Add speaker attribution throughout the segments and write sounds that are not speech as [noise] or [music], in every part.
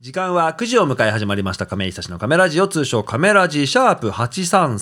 Speaker 1: 時間は9時を迎え始まりました亀井久志のカメラジオ通称カメラジシャープ833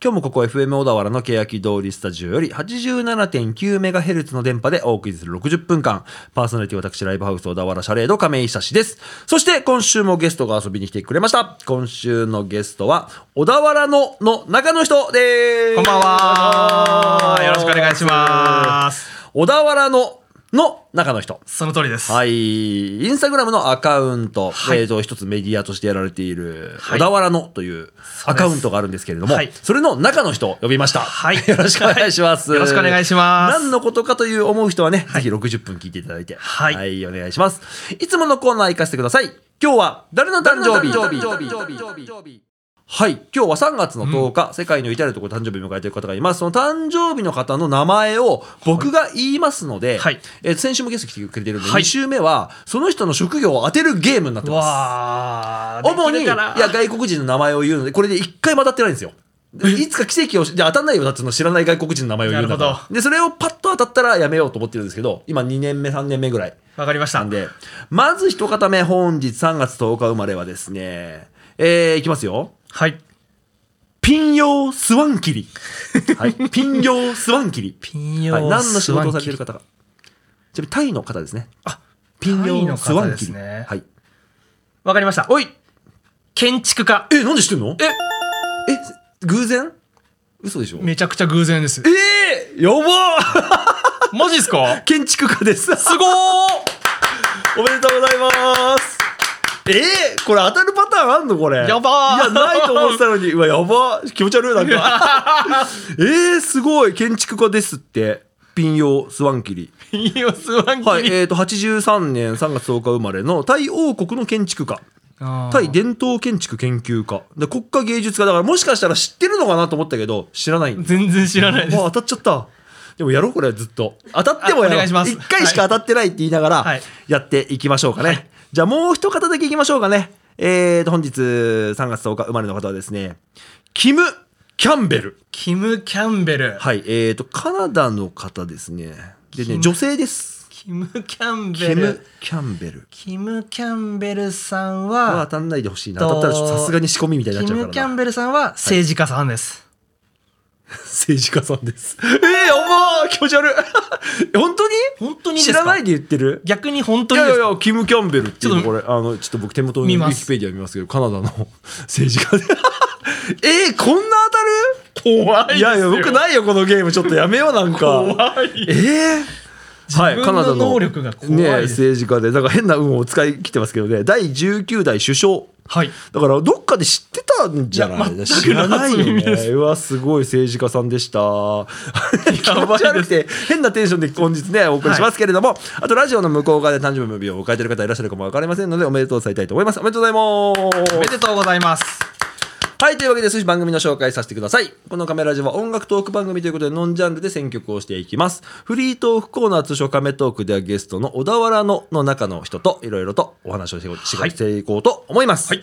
Speaker 1: 今日もここ FM 小田原の欅通りスタジオより 87.9MHz の電波でお送りする60分間パーソナリティ私ライブハウス小田原シャレード亀井久志ですそして今週もゲストが遊びに来てくれました今週のゲストは小田原のの中の人です
Speaker 2: こんばんは。よろしくお願いします。
Speaker 1: 小田原のの中の人
Speaker 2: その通りです。
Speaker 1: はい、インスタグラムのアカウント、
Speaker 2: はい
Speaker 1: 映像一つメディアとしてやられている、
Speaker 2: はい
Speaker 1: 小田原のというアカウントがあるんですけれども、
Speaker 2: はい
Speaker 1: それの中の人を呼びました。
Speaker 2: はい
Speaker 1: よろしくお願いします。
Speaker 2: よろしくお願いします
Speaker 1: 何のことかという思う人はね、ぜひ60分聞いていただいて、
Speaker 2: はい
Speaker 1: お願いします。いつものコーナー行かせてください。今日は誰の誕生日はい今日は3月の10日、世界の至るところ誕生日を迎えている方がいますその誕生日の方の名前を僕が言いますので、
Speaker 2: はい
Speaker 1: えー先週もゲスト来てくれてるんで、
Speaker 2: はい
Speaker 1: 2週目はその人の職業を当てるゲームになってます
Speaker 2: わあ。
Speaker 1: 主に
Speaker 2: で
Speaker 1: い
Speaker 2: きるかな
Speaker 1: や外国人の名前を言うのでこれで1回も当たってない
Speaker 2: [laughs]
Speaker 1: んですよでいつか奇跡をしじゃあ当たんないよなっていうの知らない外国人の名前を言うんだか
Speaker 2: なる
Speaker 1: ら
Speaker 2: ほ
Speaker 1: でそれをパッと当たったらやめようと思ってるんですけど今2年目3年目ぐらい
Speaker 2: わかりまし
Speaker 1: な
Speaker 2: た
Speaker 1: ん。でまず一方目本日3月10日生まれはですねえー、いきますよ
Speaker 2: はい。
Speaker 1: ピン用スワンキ
Speaker 2: [laughs]
Speaker 1: リ。はい。ピン用スワンキリ。
Speaker 2: ピン用
Speaker 1: はい。何の仕事をされてる
Speaker 2: スワン
Speaker 1: 方が。ちなみにタイの方ですね。
Speaker 2: あ、
Speaker 1: ピン
Speaker 2: タイ
Speaker 1: 用
Speaker 2: の
Speaker 1: スワ
Speaker 2: 方
Speaker 1: ン
Speaker 2: で
Speaker 1: キリ。
Speaker 2: すね
Speaker 1: はい。
Speaker 2: わかりました。
Speaker 1: おい
Speaker 2: 建築家。
Speaker 1: え、なんで知ってんの
Speaker 2: え、
Speaker 1: え、偶然嘘でしょ
Speaker 2: めちゃくちゃ偶然です
Speaker 1: え。えー、やばー [laughs]
Speaker 2: マジですか。
Speaker 1: 建築家です。
Speaker 2: すごー。
Speaker 1: [laughs] おめでとうございます。えー、これ当たるパターンあんのこれ。
Speaker 2: やばー
Speaker 1: いや、ないと思ってたのに。うわ、やばー気持ち悪い、なんか。
Speaker 2: [laughs]
Speaker 1: えー、すごい。建築家ですって。ピン用スワンキリ。
Speaker 2: ピン用スワンキ
Speaker 1: はい、
Speaker 2: リ。
Speaker 1: えー、と83年3月10日生まれのタイ王国の建築家
Speaker 2: あー
Speaker 1: タイ伝統建築研究家で国家芸術家だからもしかしたら知ってるのかなと思ったけど知らないんで
Speaker 2: 全然知らないです。
Speaker 1: わあ当たっちゃったでもやろうこれずっと当たってもやろ
Speaker 2: あお
Speaker 1: う
Speaker 2: 願いします
Speaker 1: 1回しか当たってないって言いなが
Speaker 2: は
Speaker 1: ら
Speaker 2: い
Speaker 1: やっていきましょうかね、
Speaker 2: はい
Speaker 1: じゃあもう一方だけいきましょうかねえー、と本日3月10日生まれの方はですねキム・キャンベル
Speaker 2: キムキャンベル。
Speaker 1: はいえー、とカナダの方ですねで
Speaker 2: キ
Speaker 1: ね
Speaker 2: ム
Speaker 1: 女性です
Speaker 2: キムキャン
Speaker 1: キ
Speaker 2: ベ
Speaker 1: ム
Speaker 2: ル。・
Speaker 1: キャンベル
Speaker 2: キムキャンベルさん
Speaker 1: まあ
Speaker 2: は。
Speaker 1: 当たんないでほしいな。
Speaker 2: えっ
Speaker 1: 当
Speaker 2: と
Speaker 1: たったらちょっとさすがに仕込みみたいになっ
Speaker 2: キ
Speaker 1: ちゃう
Speaker 2: ムキ
Speaker 1: か
Speaker 2: ャ
Speaker 1: ら
Speaker 2: ン
Speaker 1: な。
Speaker 2: ベルさんは政治家さんです。
Speaker 1: 政治家さんです。えー、やばー気持ち悪い。 [laughs] 本当に
Speaker 2: 本当にです
Speaker 1: 知
Speaker 2: から
Speaker 1: ないで言ってる
Speaker 2: 逆に本
Speaker 1: い
Speaker 2: 当に
Speaker 1: や
Speaker 2: で
Speaker 1: い
Speaker 2: すか
Speaker 1: やいや、キム・キャンベルっていうの
Speaker 2: ちょ
Speaker 1: こ
Speaker 2: っと
Speaker 1: れ、あの、ちょっと僕手元のウ
Speaker 2: 見ま
Speaker 1: ィ
Speaker 2: す
Speaker 1: キペディア見ますけど、カナダの政治家で。 [laughs] えー、こんな当たる
Speaker 2: 怖いですよ
Speaker 1: いやいや、よくないよ、このゲーム。ちょっとやめよう、なんか。
Speaker 2: 怖い
Speaker 1: えーはい、
Speaker 2: 自
Speaker 1: カ
Speaker 2: 分
Speaker 1: ナダ
Speaker 2: の
Speaker 1: の
Speaker 2: 能力が怖い
Speaker 1: ね
Speaker 2: です
Speaker 1: 政治家でだから変な運を使い切ってますけどね第19代首相
Speaker 2: はい
Speaker 1: だからどっかで知ってたんじゃない
Speaker 2: いや全く
Speaker 1: 知らないよ
Speaker 2: 初耳
Speaker 1: ね
Speaker 2: です
Speaker 1: うわすごい政治家さんでした気
Speaker 2: や
Speaker 1: 持
Speaker 2: ばい
Speaker 1: ち
Speaker 2: です
Speaker 1: 悪くて変なテンションで本日ねお送りしますけれども、あとラジオの向こう側で誕生日日を迎えてる方いらっしゃるかも分かりませんのでおめでとう伝えたいと思いますおめでとうございます
Speaker 2: おめでとうございます
Speaker 1: はい、というわけで、少し番組の紹介させてください。このカメラジオは音楽トーク番組ということで、ノンジャンルで選曲をしていきます。フリートークコーナー通称カメトークではゲストの小田原のの中の人といろいろとお話をしていこうし
Speaker 2: はい
Speaker 1: していこうと思います。
Speaker 2: はい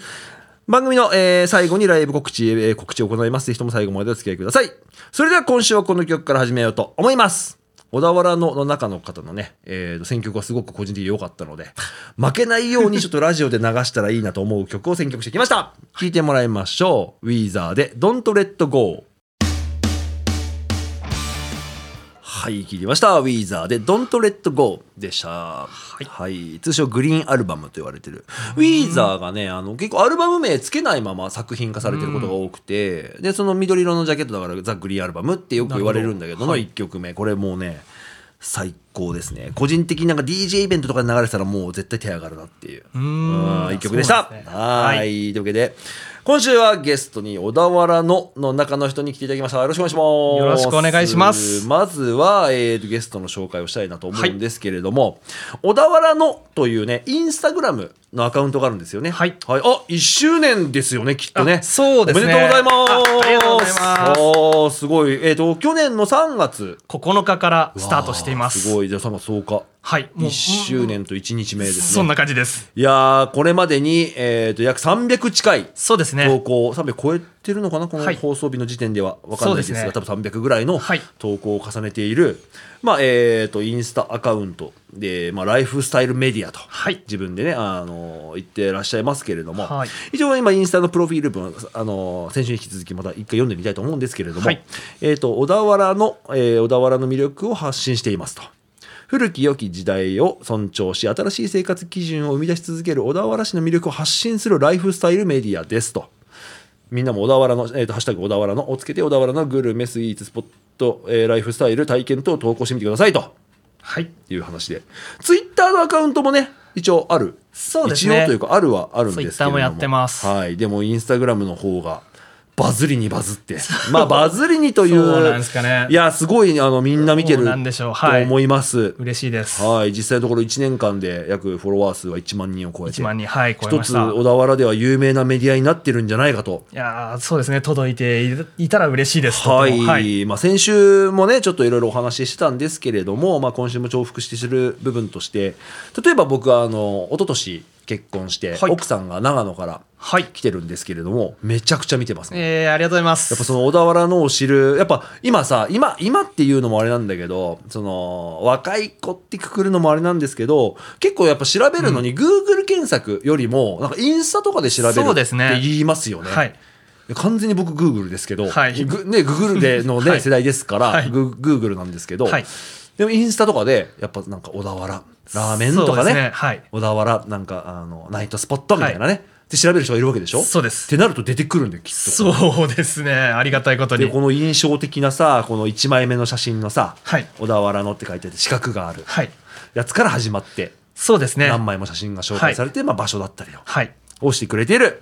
Speaker 1: 番組の、えー最後にライブ告知、えー告知を行います。ぜひとも最後までお付き合いください。それでは今週はこの曲から始めようと思います。小田原のの中の方のね、えーと、選曲がすごく個人的に良かったので、負けないようにちょっとラジオで流したらいいなと思う曲を選曲してきました。聴いてもらいましょう。ウィーザーで Don't Let Go。はい、聞きました。ウィーザーで Don't Let Go でした。はい。通称グリーンアルバムと言われてる。ウィーザーがね、あの、結構アルバム名つけないまま作品化されてることが多くて、で、その緑色のジャケットだからザ・グリーンアルバムってよく言われるんだけど、の1曲目。これもうね、最高ですね。個人的になんか DJ イベントとかで流れてたらもう絶対手上がるなっていう。
Speaker 2: うーん
Speaker 1: うんいい曲でした。
Speaker 2: そうですね
Speaker 1: はーい,、。
Speaker 2: はい
Speaker 1: というわけで、今週はゲストに小田原のの中の人に来ていただきました。よろしくお願いします。
Speaker 2: よろしくお願いします
Speaker 1: まずは、えー、ゲストの紹介をしたいなと思うんですけれども、小田原のというね、インスタグラムのアカウントがあるんですよね。
Speaker 2: はい
Speaker 1: あ、1周年ですよね、きっとね。
Speaker 2: あそうですね
Speaker 1: おめでとうございます。
Speaker 2: あありがとうございます
Speaker 1: おーすごい。えっ、と、去年の3月。
Speaker 2: 9日からスタートしています
Speaker 1: わあすごい。じゃあ3月10日。
Speaker 2: はいも
Speaker 1: 1
Speaker 2: う
Speaker 1: 周年と1日目ですね。
Speaker 2: そんな感じです
Speaker 1: いやー、これまでに、えー、と約300近い
Speaker 2: そうです
Speaker 1: 投
Speaker 2: ね
Speaker 1: 稿、300超えてるのかなこの
Speaker 2: はい
Speaker 1: 放送日の時点では分かんないですが
Speaker 2: そうですね
Speaker 1: 多分300ぐらいの
Speaker 2: はい
Speaker 1: 投稿を重ねている、まあえー、とインスタアカウントで、まあ、ライフスタイルメディアと、
Speaker 2: はい
Speaker 1: 自分でねあの言ってらっしゃいますけれども、
Speaker 2: はい
Speaker 1: 一応今インスタのプロフィール文あの先週に引き続きまた一回読んでみたいと思うんですけれども、
Speaker 2: はい
Speaker 1: えー、と小田原の、えー小田原の魅力を発信していますと。古き良き時代を尊重し新しい生活基準を生み出し続ける小田原市の魅力を発信するライフスタイルメディアですと。みんなも小田原の、えーと、ハッシュタグ小田原のをつけて、小田原のグルメ、スイーツ、スポット、えーライフスタイル、体験等を投稿してみてくださいと
Speaker 2: はい
Speaker 1: いう話で。ツイッターのアカウントもね、一応ある。
Speaker 2: そうですね
Speaker 1: 一応というか、あるはあるんですけれども。
Speaker 2: ツイッターもやってます
Speaker 1: はい。でも、インスタグラムの方が、バズりにバズ
Speaker 2: [laughs]
Speaker 1: って。まあ、バズりにという。
Speaker 2: そうなんですかね
Speaker 1: いや、すごい、あの、みんな見て
Speaker 2: そ
Speaker 1: る
Speaker 2: う
Speaker 1: と
Speaker 2: なんでしょうはい
Speaker 1: 思います。
Speaker 2: 嬉しいです
Speaker 1: はい。実際のところ1年間で約フォロワー数は1万人を超えて。
Speaker 2: 1万人はい超え
Speaker 1: 一
Speaker 2: まし
Speaker 1: つ
Speaker 2: た
Speaker 1: 小田原では有名なメディアになってるんじゃないかと
Speaker 2: いやーそうですね届いていたいたら嬉しいですと
Speaker 1: はい、
Speaker 2: ても
Speaker 1: まあ、先週もねちょっといろいろお話ししてたんですけれども、まあ、今週も重複してする部分として例えば僕はあの一昨年結婚して、
Speaker 2: はい
Speaker 1: 奥さんが長野から
Speaker 2: はい
Speaker 1: 来てるんですけれどもめちゃくちゃ見てますね。
Speaker 2: えーありがとうございます
Speaker 1: やっぱその小田原のを知るやっぱ今さ今今っていうのもあれなんだけどその若い子ってくくるのもあれなんですけど結構やっぱ調べるのに Google 検索よりもなんかインスタとかで調べる
Speaker 2: そう
Speaker 1: っ
Speaker 2: です
Speaker 1: て
Speaker 2: ね
Speaker 1: 言いますよね。
Speaker 2: はい
Speaker 1: 完全に僕 Google ですけど、
Speaker 2: はい
Speaker 1: グね、Google での、ね
Speaker 2: はい
Speaker 1: 世代ですから、
Speaker 2: はい
Speaker 1: グ Google なんですけど、
Speaker 2: はい
Speaker 1: でもインスタとかでやっぱなんか小田原ラーメンと
Speaker 2: そ
Speaker 1: か
Speaker 2: う
Speaker 1: ね
Speaker 2: ですねはい
Speaker 1: 小田原なんかあのナイトスポットみたいなね、って調べる人がいるわけでしょ
Speaker 2: そうです
Speaker 1: ってなると出てくるんできっと。
Speaker 2: そうですねありがたいこと
Speaker 1: で
Speaker 2: に
Speaker 1: この印象的なさこの1枚目の写真のさ、
Speaker 2: はい
Speaker 1: 小田原のって書いてあって四角がある
Speaker 2: はい
Speaker 1: やつから始まって
Speaker 2: そうですね
Speaker 1: 何枚も写真が紹介されて、まあ、場所だったりを
Speaker 2: はい
Speaker 1: をしてくれている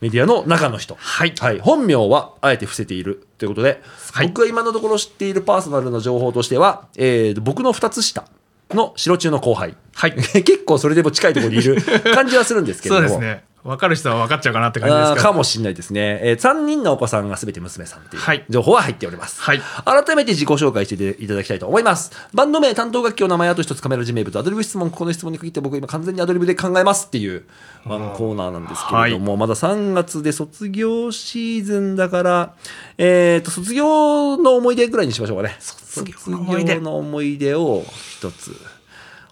Speaker 1: メディアの中の人、
Speaker 2: はい
Speaker 1: 本名はあえて伏せているということで、
Speaker 2: はい
Speaker 1: 僕が今のところ知っているパーソナルの情報としては、えーと僕の2つ下の白中の後輩
Speaker 2: はい
Speaker 1: [laughs] 結構それでも近いところにいる感じはするんですけれ
Speaker 2: そ
Speaker 1: ど
Speaker 2: う
Speaker 1: も
Speaker 2: ですね分かる人は分かっちゃうかなって感じです
Speaker 1: あ
Speaker 2: け
Speaker 1: ー
Speaker 2: ど
Speaker 1: かもしれないですね、えー、3人のお子さんが全て娘さんってい
Speaker 2: は
Speaker 1: う
Speaker 2: い
Speaker 1: 情報は入っております、
Speaker 2: はい
Speaker 1: 改めて自己紹介していただきたいと思いますバンド名担当楽器を名前あと一つカメラ人名物アドリブ質問ここの質問に限って僕今完全にアドリブで考えますっていうあのコーナーなんですけれども、まだ3月で卒業シーズンだから、えー、と卒業の思い出ぐらいにしましょうかね卒
Speaker 2: 業の思い出
Speaker 1: 卒業の思い出を一つ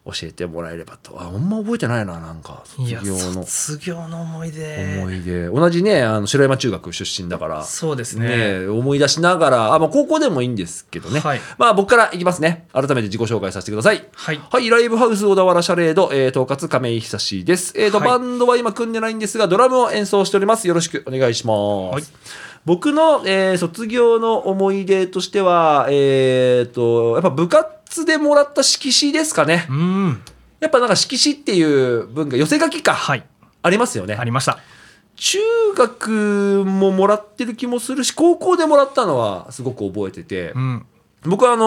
Speaker 1: 教えてもらえればとああんま覚えてないななんか
Speaker 2: い
Speaker 1: 卒
Speaker 2: や
Speaker 1: 業の
Speaker 2: 卒業の思い出
Speaker 1: 思い出同じねあの白山中学出身だから
Speaker 2: そうです
Speaker 1: ね
Speaker 2: ね
Speaker 1: え思い出しながらあ、まあ、高校でもいいんですけどね、
Speaker 2: はい
Speaker 1: まあ僕からいきますね改めて自己紹介させてください
Speaker 2: はい
Speaker 1: はい、ライブハウス小田原シャレード、えー、統括亀井久志です。えーと、
Speaker 2: はい
Speaker 1: バンドは今組んでないんですが、ドラムを演奏しております。よろしくお願いします。
Speaker 2: はい
Speaker 1: 僕の、えー卒業の思い出としては、えーと、やっぱ部活でもらった色紙ですかね
Speaker 2: う。ん
Speaker 1: やっぱなんか色紙っていう文化、寄せ書きか。
Speaker 2: はい
Speaker 1: ありますよね。
Speaker 2: ありました
Speaker 1: 中学ももらってる気もするし高校でもらったのはすごく覚えてて、
Speaker 2: うん
Speaker 1: 僕はあのー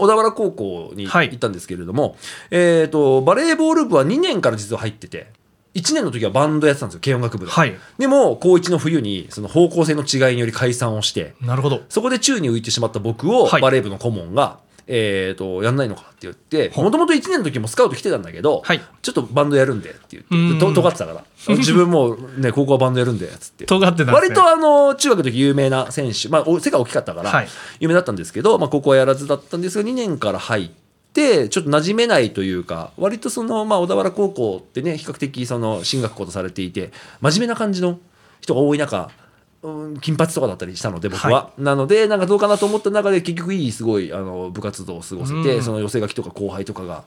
Speaker 1: 小田原高校に
Speaker 2: はい
Speaker 1: 行ったんですけれども、えー、とバレーボール部は2年から実は入ってて1年の時はバンドやってたんですよ軽音楽部で、
Speaker 2: はい
Speaker 1: でも高1の冬にその方向性の違いにより解散をして
Speaker 2: なるほど
Speaker 1: そこで宙に浮いてしまった僕を
Speaker 2: はい
Speaker 1: バレー部の顧問が、えー、とやんないのかって言って
Speaker 2: ほう
Speaker 1: もともと1年の時もスカウト来てたんだけど、
Speaker 2: はい
Speaker 1: ちょっとバンドやるんでって
Speaker 2: うん
Speaker 1: 言
Speaker 2: う
Speaker 1: ってと
Speaker 2: ん
Speaker 1: 尖ってたから
Speaker 2: [laughs]
Speaker 1: 自分もうね高校はバンドやるんでっつって
Speaker 2: 尖ってたんです
Speaker 1: 割
Speaker 2: ね
Speaker 1: とあの中学の時有名な選手、まあ、お世界大きかったか
Speaker 2: は
Speaker 1: ら
Speaker 2: い
Speaker 1: 有名だったんですけど、まあ、高校はやらずだったんですが2年から入ってちょっと馴染めないというか割とその、まあ、小田原高校ってね比較的その進学校とされていて真面目な感じの人が多い中、うん、金髪とかだったりしたので僕は、
Speaker 2: は
Speaker 1: なのでなんかどうかなと思った中で結局いいすごいあの部活動を過ごせて、
Speaker 2: うん
Speaker 1: その寄せ書きとか後輩とかが。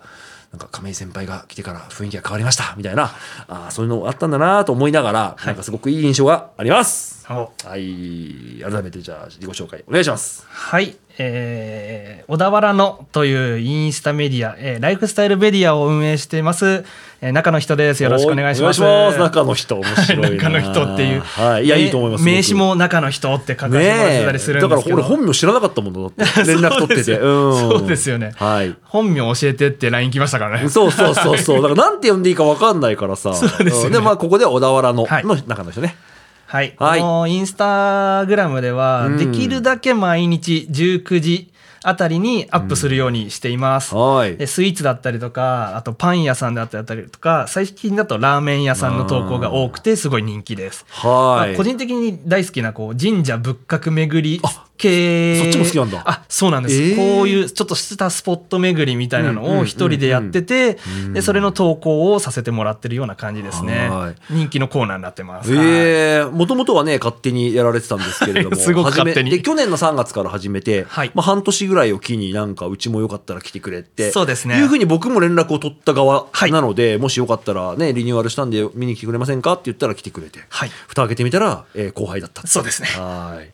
Speaker 1: なんか亀井先輩が来てから雰囲気が変わりましたみたいなあーそういうのあったんだなと思いながら、なんかすごくいい印象があります。
Speaker 2: お
Speaker 1: はい、改めてじゃあ自己紹介お願いします。
Speaker 2: はい、えー小田原のというインスタメディア、えーライフスタイルメディアを運営しています、えー中野人ですよろしくお願いします
Speaker 1: お願い
Speaker 2: [laughs]
Speaker 1: します中の人面白いな。
Speaker 2: 中の人っていう、
Speaker 1: はい、いや
Speaker 2: えー
Speaker 1: いいと思います。
Speaker 2: 名刺
Speaker 1: す
Speaker 2: も中の人って書かせ
Speaker 1: ごく
Speaker 2: ても
Speaker 1: ね
Speaker 2: らってたりす
Speaker 1: え。
Speaker 2: る
Speaker 1: だ
Speaker 2: ん
Speaker 1: か
Speaker 2: で
Speaker 1: ら
Speaker 2: すけど、
Speaker 1: 俺本名知らなかったもん
Speaker 2: [laughs]
Speaker 1: だって連絡取ってて、ん
Speaker 2: そうですよね
Speaker 1: はい。
Speaker 2: 本名教えてって LINE 来ましたからね
Speaker 1: そうそうそうそう。だからなんて呼んでいいかわかんないからさ。
Speaker 2: [laughs] そうですよね
Speaker 1: んでまあここでは小田原の
Speaker 2: はい
Speaker 1: の中の人ね。
Speaker 2: はい、
Speaker 1: はい
Speaker 2: このインスタグラムでは
Speaker 1: うん
Speaker 2: できるだけ毎日19時あたりにアップするようにしています。
Speaker 1: はい
Speaker 2: でスイーツだったりとかあとパン屋さんだったりとか最近だとラーメン屋さんの投稿が多くてすごい人気です。
Speaker 1: はい、
Speaker 2: まあ個人的に大好きなこう神社仏閣巡り系
Speaker 1: そっちも好きなんだ
Speaker 2: あそうなんです、
Speaker 1: えー
Speaker 2: こういうちょっとしたスポット巡りみたいな
Speaker 1: うんうん
Speaker 2: のを一人でやってて、
Speaker 1: うん
Speaker 2: でそれの投稿をさせてもらってるような感じですね
Speaker 1: はい
Speaker 2: 人気のコーナーになってます、
Speaker 1: ええもともとはね、勝手にやられてたんですけれども、
Speaker 2: [laughs] すごく
Speaker 1: 初め
Speaker 2: 勝手に
Speaker 1: で、去年の3月から始めて、
Speaker 2: はい
Speaker 1: まあ、半年ぐらいを機に、なんか、うちもよかったら来てくれって、
Speaker 2: そうですね
Speaker 1: いうふうに僕も連絡を取った側
Speaker 2: はい
Speaker 1: なので、もしよかったらね、リニューアルしたんで見に来てくれませんかって言ったら来てくれて、
Speaker 2: はい
Speaker 1: 蓋開けてみたら、えー後輩だった
Speaker 2: そうですね
Speaker 1: はい。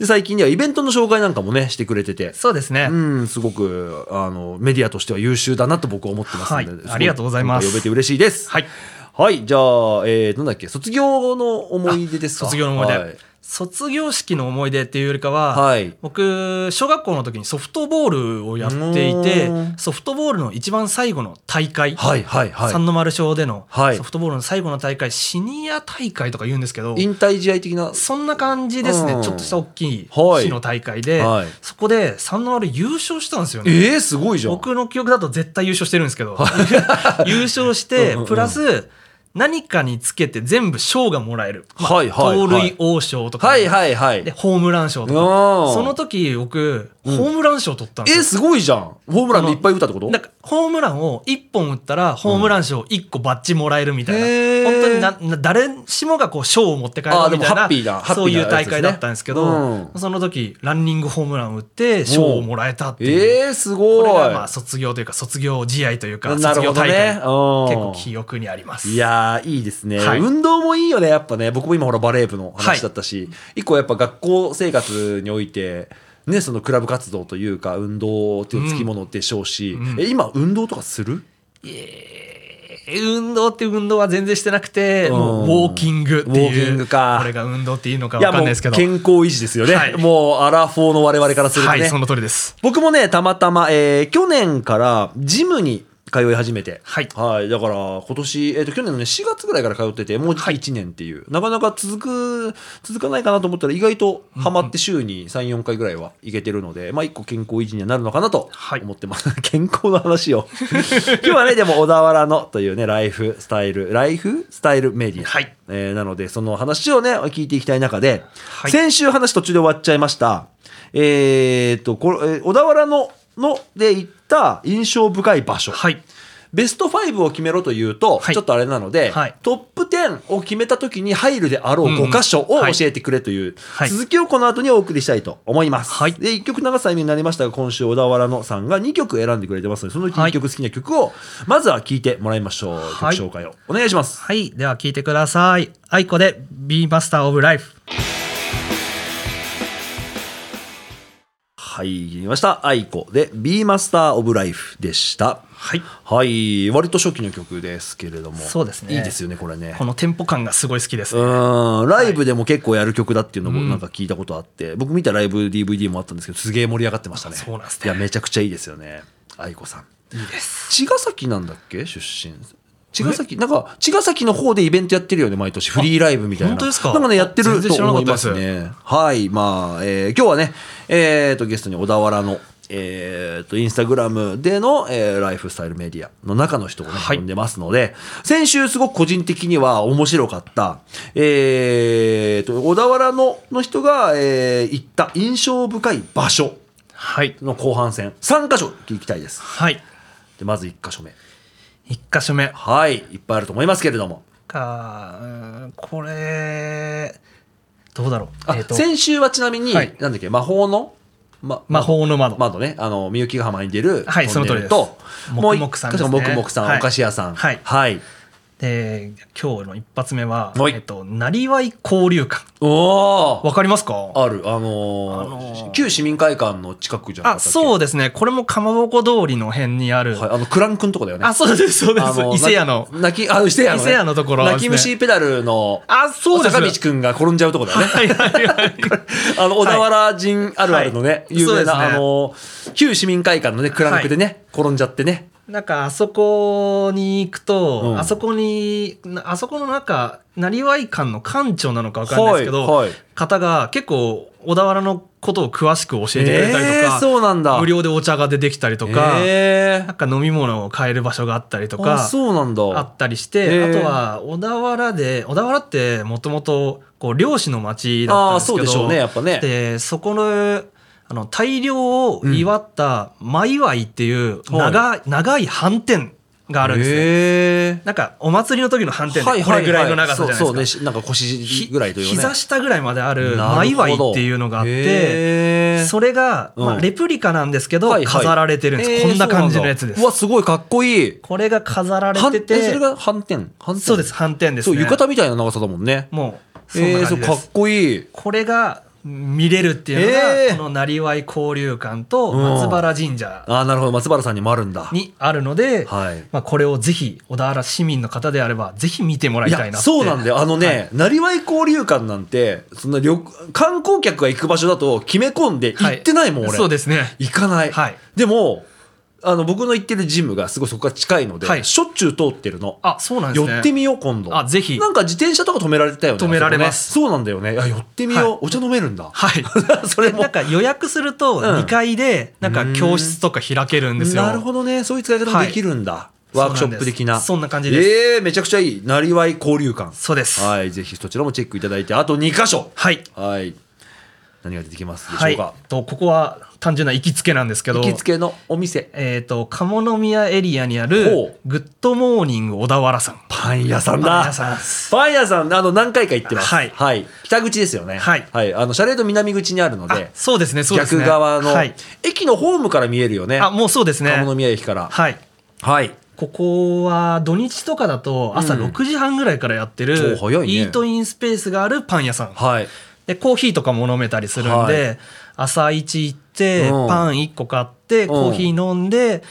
Speaker 1: で、最近ではイベントの紹介なんかもね、してくれてて、
Speaker 2: そうですね、
Speaker 1: うん、すごく、あの、メディアとしては優秀だなと僕は思ってますので、
Speaker 2: はい
Speaker 1: すごい
Speaker 2: ありがとうございます
Speaker 1: 今回呼べて嬉しいです。
Speaker 2: はい
Speaker 1: はい、じゃあ、えー、なんだっけ、卒業の思い出ですか。
Speaker 2: 卒業の思い出、
Speaker 1: はい
Speaker 2: 卒業式の思い出っていうよりかは、
Speaker 1: はい
Speaker 2: 僕小学校の時にソフトボールをやっていうて
Speaker 1: ーん
Speaker 2: ソフトボールの一番最後の大会、
Speaker 1: はい、はい、
Speaker 2: 三
Speaker 1: は
Speaker 2: の丸賞での
Speaker 1: はい
Speaker 2: ソフトボールの最後の大会、シニア大会とか言うんですけど
Speaker 1: い。、引退試合的な。
Speaker 2: そんな感じです
Speaker 1: うん
Speaker 2: ね、ちょっとした大きい
Speaker 1: はい
Speaker 2: 市の大会で
Speaker 1: はい、
Speaker 2: そこで三の丸優勝したんですよね。
Speaker 1: えー、すごいじゃん。
Speaker 2: 僕の記憶だと絶対優勝してるんですけど、 [laughs] 優勝して
Speaker 1: うんうんうん、
Speaker 2: プラス、何かにつけて全部賞がもらえる。まあ
Speaker 1: はいはい
Speaker 2: 盗
Speaker 1: はい
Speaker 2: 塁王賞とか、
Speaker 1: はい、はい、はい。
Speaker 2: でホームラン賞とか、
Speaker 1: あー
Speaker 2: その時僕、ホームラン賞取ったん
Speaker 1: え
Speaker 2: ですよ
Speaker 1: ー、すごいじゃん。ホームランでいっぱい打ったってこと。
Speaker 2: なんかホームランを1本打ったらホームラン賞1個バッジもらえるみたいな、
Speaker 1: うんへー
Speaker 2: 本当になな誰しもがこう賞を持って帰る
Speaker 1: あーで
Speaker 2: み
Speaker 1: も
Speaker 2: たい
Speaker 1: ハ
Speaker 2: な
Speaker 1: ッピーなハッピーな
Speaker 2: そういう
Speaker 1: や
Speaker 2: 大会
Speaker 1: つですね
Speaker 2: だったんですけど、
Speaker 1: う
Speaker 2: その時ランニングホームランを打って賞をもらえたっていう、
Speaker 1: えー、すごい。
Speaker 2: これがまあ卒業というか卒業試合というか
Speaker 1: なる
Speaker 2: 卒業
Speaker 1: ほど
Speaker 2: 大会、
Speaker 1: ね。うん
Speaker 2: 結構記憶にあります。
Speaker 1: いやーいいですね、
Speaker 2: はい
Speaker 1: 運動もいいよねやっぱね僕も今ほらバレー部の話だったし、一個やっぱ学校生活においてねそのクラブ活動というか運動っていうつきものでしょうし、
Speaker 2: うんうん
Speaker 1: え今運動とかする
Speaker 2: えー運動って運動は全然してなくて、もうウォーキングって
Speaker 1: ウォーキ
Speaker 2: い
Speaker 1: ン
Speaker 2: う
Speaker 1: グか
Speaker 2: これが運動っていうのか分かんないですけど
Speaker 1: いやもう健康維持ですよね、
Speaker 2: はい
Speaker 1: もうアラフォーの我々からするとね、
Speaker 2: はいその通りです
Speaker 1: 僕もねたまたま、えー去年からジムに通い始めて
Speaker 2: はい
Speaker 1: だから今年、えー、と去年のね4月ぐらいから通っててもう1年っていう、なかなか続く続かないかなと思ったら意外とハマって週に34回ぐらいは行けてるので、まあ一個健康維持にはなるのかなと
Speaker 2: はい
Speaker 1: 思ってます、 [laughs] 健康の話を [laughs] 今日はねでも小田原のというねライフスタイルライフスタイルメディア、
Speaker 2: はい
Speaker 1: えーなのでその話をね聞いていきたい中で、
Speaker 2: はい
Speaker 1: 先週話途中で終わっちゃいました。えー、と、これ、えー小田原の、の、で行った印象深い場所。
Speaker 2: はい
Speaker 1: ベスト5を決めろというと、
Speaker 2: はい
Speaker 1: ちょっとあれなので、
Speaker 2: はい
Speaker 1: トップ10を決めた時に入るであろう
Speaker 2: うんうん
Speaker 1: 5箇所を
Speaker 2: はい
Speaker 1: 教えてくれという、
Speaker 2: はい
Speaker 1: 続きをこの後にお送りしたいと思います。
Speaker 2: はい
Speaker 1: で、1曲長さになりましたが、今週小田原のさんが2曲選んでくれてますので、そのうち
Speaker 2: は
Speaker 1: 1
Speaker 2: い
Speaker 1: 曲好きな曲を、まずは聴いてもらいましょう。
Speaker 2: はい
Speaker 1: 曲紹介をお願いします。
Speaker 2: はい。では聞いてください。アイコで Be Master of Life。
Speaker 1: はい、言いました。愛子で、ビーマスターオブライフでした。
Speaker 2: はい。
Speaker 1: はい、割と初期の曲ですけれども、
Speaker 2: そうですね
Speaker 1: いいですよね、これね。
Speaker 2: このテンポ感がすごい好きです
Speaker 1: う
Speaker 2: ね。
Speaker 1: ん、ライブでも結構やる曲だっていうのも
Speaker 2: うん
Speaker 1: なんか聞いたことあって、僕見たライブ DVD もあったんですけど、すげえ盛り上がってましたね。
Speaker 2: そうなんです
Speaker 1: い
Speaker 2: ね
Speaker 1: や、めちゃくちゃいいですよね。愛子さん。
Speaker 2: いいです。
Speaker 1: 茅ヶ崎なんだっけ出身。茅ヶ崎、なんか、茅ヶ崎の方でイベントやってるよね、毎年。フリーライブみたいな。
Speaker 2: 本当ですか
Speaker 1: なんかね、やってる
Speaker 2: 全然
Speaker 1: と
Speaker 2: 知らな
Speaker 1: 思
Speaker 2: かっ
Speaker 1: い
Speaker 2: た
Speaker 1: ま
Speaker 2: です
Speaker 1: すね。はい、まあ、えー今日はね、えーと、ゲストに小田原の、えーと、インスタグラムでの、えーライフスタイルメディアの中の人をね、
Speaker 2: はい
Speaker 1: 呼んでますので、先週すごく個人的には面白かった、えーと、小田原のの人が、えー行った印象深い場所
Speaker 2: はい。
Speaker 1: の後半戦、3箇所聞きたいです。
Speaker 2: はい。
Speaker 1: で、まず1箇所目。
Speaker 2: 一箇所目。
Speaker 1: はい、いっぱいあると思いますけれども。
Speaker 2: か、うーんこれ、どうだろう。
Speaker 1: あ、
Speaker 2: えーと
Speaker 1: 先週はちなみに、
Speaker 2: はい
Speaker 1: なんだっけ、魔法の、ま、
Speaker 2: 魔法の窓。
Speaker 1: 窓ね、あの、みゆきが浜に出る、
Speaker 2: はい
Speaker 1: トンネル
Speaker 2: その通
Speaker 1: と
Speaker 2: りです、
Speaker 1: もう一
Speaker 2: もくもくさ
Speaker 1: 箇
Speaker 2: んです
Speaker 1: 所
Speaker 2: ね
Speaker 1: もくもくさん、
Speaker 2: はい
Speaker 1: お菓子屋さん。
Speaker 2: はい
Speaker 1: はい。
Speaker 2: で、今日の一発目は、
Speaker 1: はい
Speaker 2: えっと、なりわい交流館。
Speaker 1: おお
Speaker 2: わかりますか
Speaker 1: ある、あのー
Speaker 2: あのー
Speaker 1: 旧市民会館の近くじゃなかっ
Speaker 2: あ、
Speaker 1: たっけ
Speaker 2: そうですね。これもかまぼこ通りの辺にある。
Speaker 1: はい、あの、クラン君とこだよね。
Speaker 2: あ、そうです、そうで
Speaker 1: あ
Speaker 2: す。
Speaker 1: の
Speaker 2: 伊勢屋の。
Speaker 1: な泣き、あ、伊勢屋の、ね。
Speaker 2: 伊勢屋のところですね
Speaker 1: 泣き虫ペダルの、
Speaker 2: あ、そうです。
Speaker 1: 坂道くんが転んじゃうとこだよ
Speaker 2: [laughs]
Speaker 1: ね。
Speaker 2: はいはいはい。
Speaker 1: あの、小田原人あるあるのね、
Speaker 2: はい
Speaker 1: 有名な、
Speaker 2: そうですね
Speaker 1: あの、旧市民会館のね、クランクでね、転んじゃってね、
Speaker 2: なんかあそこに行くと、
Speaker 1: うん
Speaker 2: あそこになあそこの中なりわい館の館長なのかわかんないですけど、
Speaker 1: はいはい
Speaker 2: 方が結構小田原のことを詳しく教えてくれたり
Speaker 1: え
Speaker 2: と
Speaker 1: ー
Speaker 2: か、
Speaker 1: そうなんだ
Speaker 2: 無料でお茶が出てきたりとか、
Speaker 1: えー
Speaker 2: なんか飲み物を買える場所があったりと
Speaker 1: あ
Speaker 2: か
Speaker 1: そうなんだ
Speaker 2: あったりして、
Speaker 1: へー
Speaker 2: あとは小田原で小田原ってもともとこう漁師の町だったん
Speaker 1: あ
Speaker 2: で
Speaker 1: ー
Speaker 2: すけ
Speaker 1: そう
Speaker 2: ど
Speaker 1: でしょうねやっぱね
Speaker 2: でそこのあの大漁を祝った舞祝いっていう長,、い、長い斑点があるんですよ、
Speaker 1: へー
Speaker 2: なんかお祭りの時の斑点
Speaker 1: は
Speaker 2: で
Speaker 1: い
Speaker 2: こ
Speaker 1: はいは
Speaker 2: れぐらいの長さじゃないです
Speaker 1: そ
Speaker 2: か、
Speaker 1: うそうねしなんか腰
Speaker 2: ひ
Speaker 1: ぐらいというね
Speaker 2: 膝下ぐらいまである
Speaker 1: なる
Speaker 2: 舞祝
Speaker 1: ほ
Speaker 2: い
Speaker 1: ど
Speaker 2: っていうのがあって
Speaker 1: へー
Speaker 2: それが、ま
Speaker 1: う
Speaker 2: あ、
Speaker 1: ん
Speaker 2: レプリカなんですけど、
Speaker 1: はいはい
Speaker 2: 飾られてるんです、
Speaker 1: えー
Speaker 2: こんな感じのやつです
Speaker 1: そうなんだうわすごいかっこいい
Speaker 2: これが飾られ
Speaker 1: はん
Speaker 2: て
Speaker 1: えそ
Speaker 2: て
Speaker 1: れが反転反転
Speaker 2: そうです斑点です
Speaker 1: そう
Speaker 2: ね
Speaker 1: 浴衣みたいな長さだもんね
Speaker 2: もうそん
Speaker 1: え
Speaker 2: な
Speaker 1: ー
Speaker 2: 感
Speaker 1: そう
Speaker 2: じです、
Speaker 1: かっこいい
Speaker 2: これが見れるっていうのが、
Speaker 1: えー
Speaker 2: このなりわい交流館と
Speaker 1: うん
Speaker 2: 松原神社
Speaker 1: あーなるほど松原さんにもあるんだ
Speaker 2: にあるので、
Speaker 1: はい
Speaker 2: まあ、これをぜひ小田原市民の方であればぜひ見てもらい
Speaker 1: い
Speaker 2: たいなっ
Speaker 1: や
Speaker 2: て
Speaker 1: そうなんだよあのね、なりわい交流館なんてそんな旅観光客が行く場所だと決め込んで
Speaker 2: はい
Speaker 1: 行ってないもん、俺
Speaker 2: そうですね
Speaker 1: 行かない、
Speaker 2: はい
Speaker 1: でもあの僕の行ってるジムがすごいそこが近いので、
Speaker 2: はい
Speaker 1: しょっちゅう通ってるの
Speaker 2: あそうなんですね
Speaker 1: 寄ってみよう今度
Speaker 2: あぜひ
Speaker 1: なんか自転車とか止められてたよね
Speaker 2: 止められま
Speaker 1: あ
Speaker 2: す
Speaker 1: そこねそうなんだよねいや寄ってみよう、
Speaker 2: はい
Speaker 1: お茶飲めるんだ、
Speaker 2: はい
Speaker 1: [laughs] それも
Speaker 2: なんか予約すると2階でなんか教室とか開けるんですよ、
Speaker 1: なるほどねそういう使い方もできるんだ、
Speaker 2: い
Speaker 1: ワークショップ的な
Speaker 2: そうなんですそんな感じです
Speaker 1: えーめちゃくちゃいいなりわい交流館
Speaker 2: そうですはい、
Speaker 1: はいぜひそちらもチェックいただいてあと2箇所はい何が出てきますでし
Speaker 2: は
Speaker 1: ょう
Speaker 2: い
Speaker 1: か、
Speaker 2: とここは単純な行きつけなんですけど
Speaker 1: 行きつけのお店
Speaker 2: えー、と鴨宮エリアにあ
Speaker 1: ほ
Speaker 2: る
Speaker 1: う
Speaker 2: グッドモーニング小田原さん
Speaker 1: パン屋さんだ
Speaker 2: パン屋さんです
Speaker 1: パン屋さんあの何回か行ってます
Speaker 2: はい
Speaker 1: 北口ですよね
Speaker 2: はい
Speaker 1: あの車両と南口にあるの
Speaker 2: あ
Speaker 1: で
Speaker 2: そうですねそうです
Speaker 1: 逆
Speaker 2: ね
Speaker 1: 側の、
Speaker 2: はい、
Speaker 1: 駅のホームから見えるよね
Speaker 2: あもうそうですね
Speaker 1: 鴨宮駅から
Speaker 2: はい
Speaker 1: はい
Speaker 2: ここは土日とかだと朝
Speaker 1: うん
Speaker 2: 6時半ぐらいからやってる、
Speaker 1: お早いね
Speaker 2: イートインスペースがあるパン屋さん
Speaker 1: はい
Speaker 2: でコーヒーとかも飲めたりするんで、
Speaker 1: は
Speaker 2: 朝一行って、
Speaker 1: うん
Speaker 2: パン1個買って、コーヒー飲んで、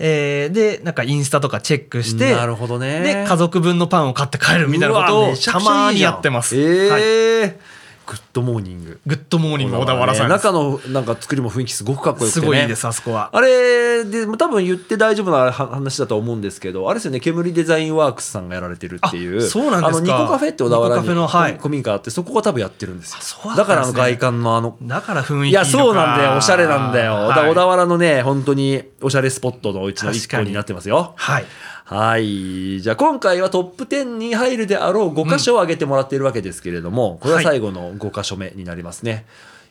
Speaker 2: えーでなんかインスタとかチェックして
Speaker 1: なるほどね
Speaker 2: で家族分のパンを買って帰るみたいなこと
Speaker 1: うわ
Speaker 2: を
Speaker 1: めちゃ
Speaker 2: た
Speaker 1: くちゃ
Speaker 2: ま
Speaker 1: いい
Speaker 2: に
Speaker 1: じゃ
Speaker 2: や
Speaker 1: ん
Speaker 2: ってます、
Speaker 1: え
Speaker 2: はい
Speaker 1: ーグッドモーニング
Speaker 2: グッドモーニング小田原さ
Speaker 1: ね
Speaker 2: んで
Speaker 1: 中のなんか作りも雰囲気すごくかっこよくて、
Speaker 2: すす
Speaker 1: ね、
Speaker 2: ごいいいですあそこは
Speaker 1: あれで多分言って大丈夫なは話だと思うんですけどあれですよね煙デザインワークスさんがやられてるっていう
Speaker 2: あそうなんですか
Speaker 1: あのニコカフェって小田原に
Speaker 2: ニコカフェのはい
Speaker 1: 古民家あってそこが多分やってるんですよ
Speaker 2: そうだ
Speaker 1: だ
Speaker 2: った
Speaker 1: か
Speaker 2: んで
Speaker 1: らあ
Speaker 2: すね
Speaker 1: の外観のあの
Speaker 2: だから雰囲気
Speaker 1: いやそうなんだよおしゃれなんだよ、だから小田
Speaker 2: 原
Speaker 1: 原のね本当におしゃれスポットのうちの一個
Speaker 2: 確かに
Speaker 1: になってますよ
Speaker 2: はい
Speaker 1: はいじゃあ今回はトップ10に入るであろう5箇所を挙げてもらっているわけですけれども、これは最後の5箇所目になりますね、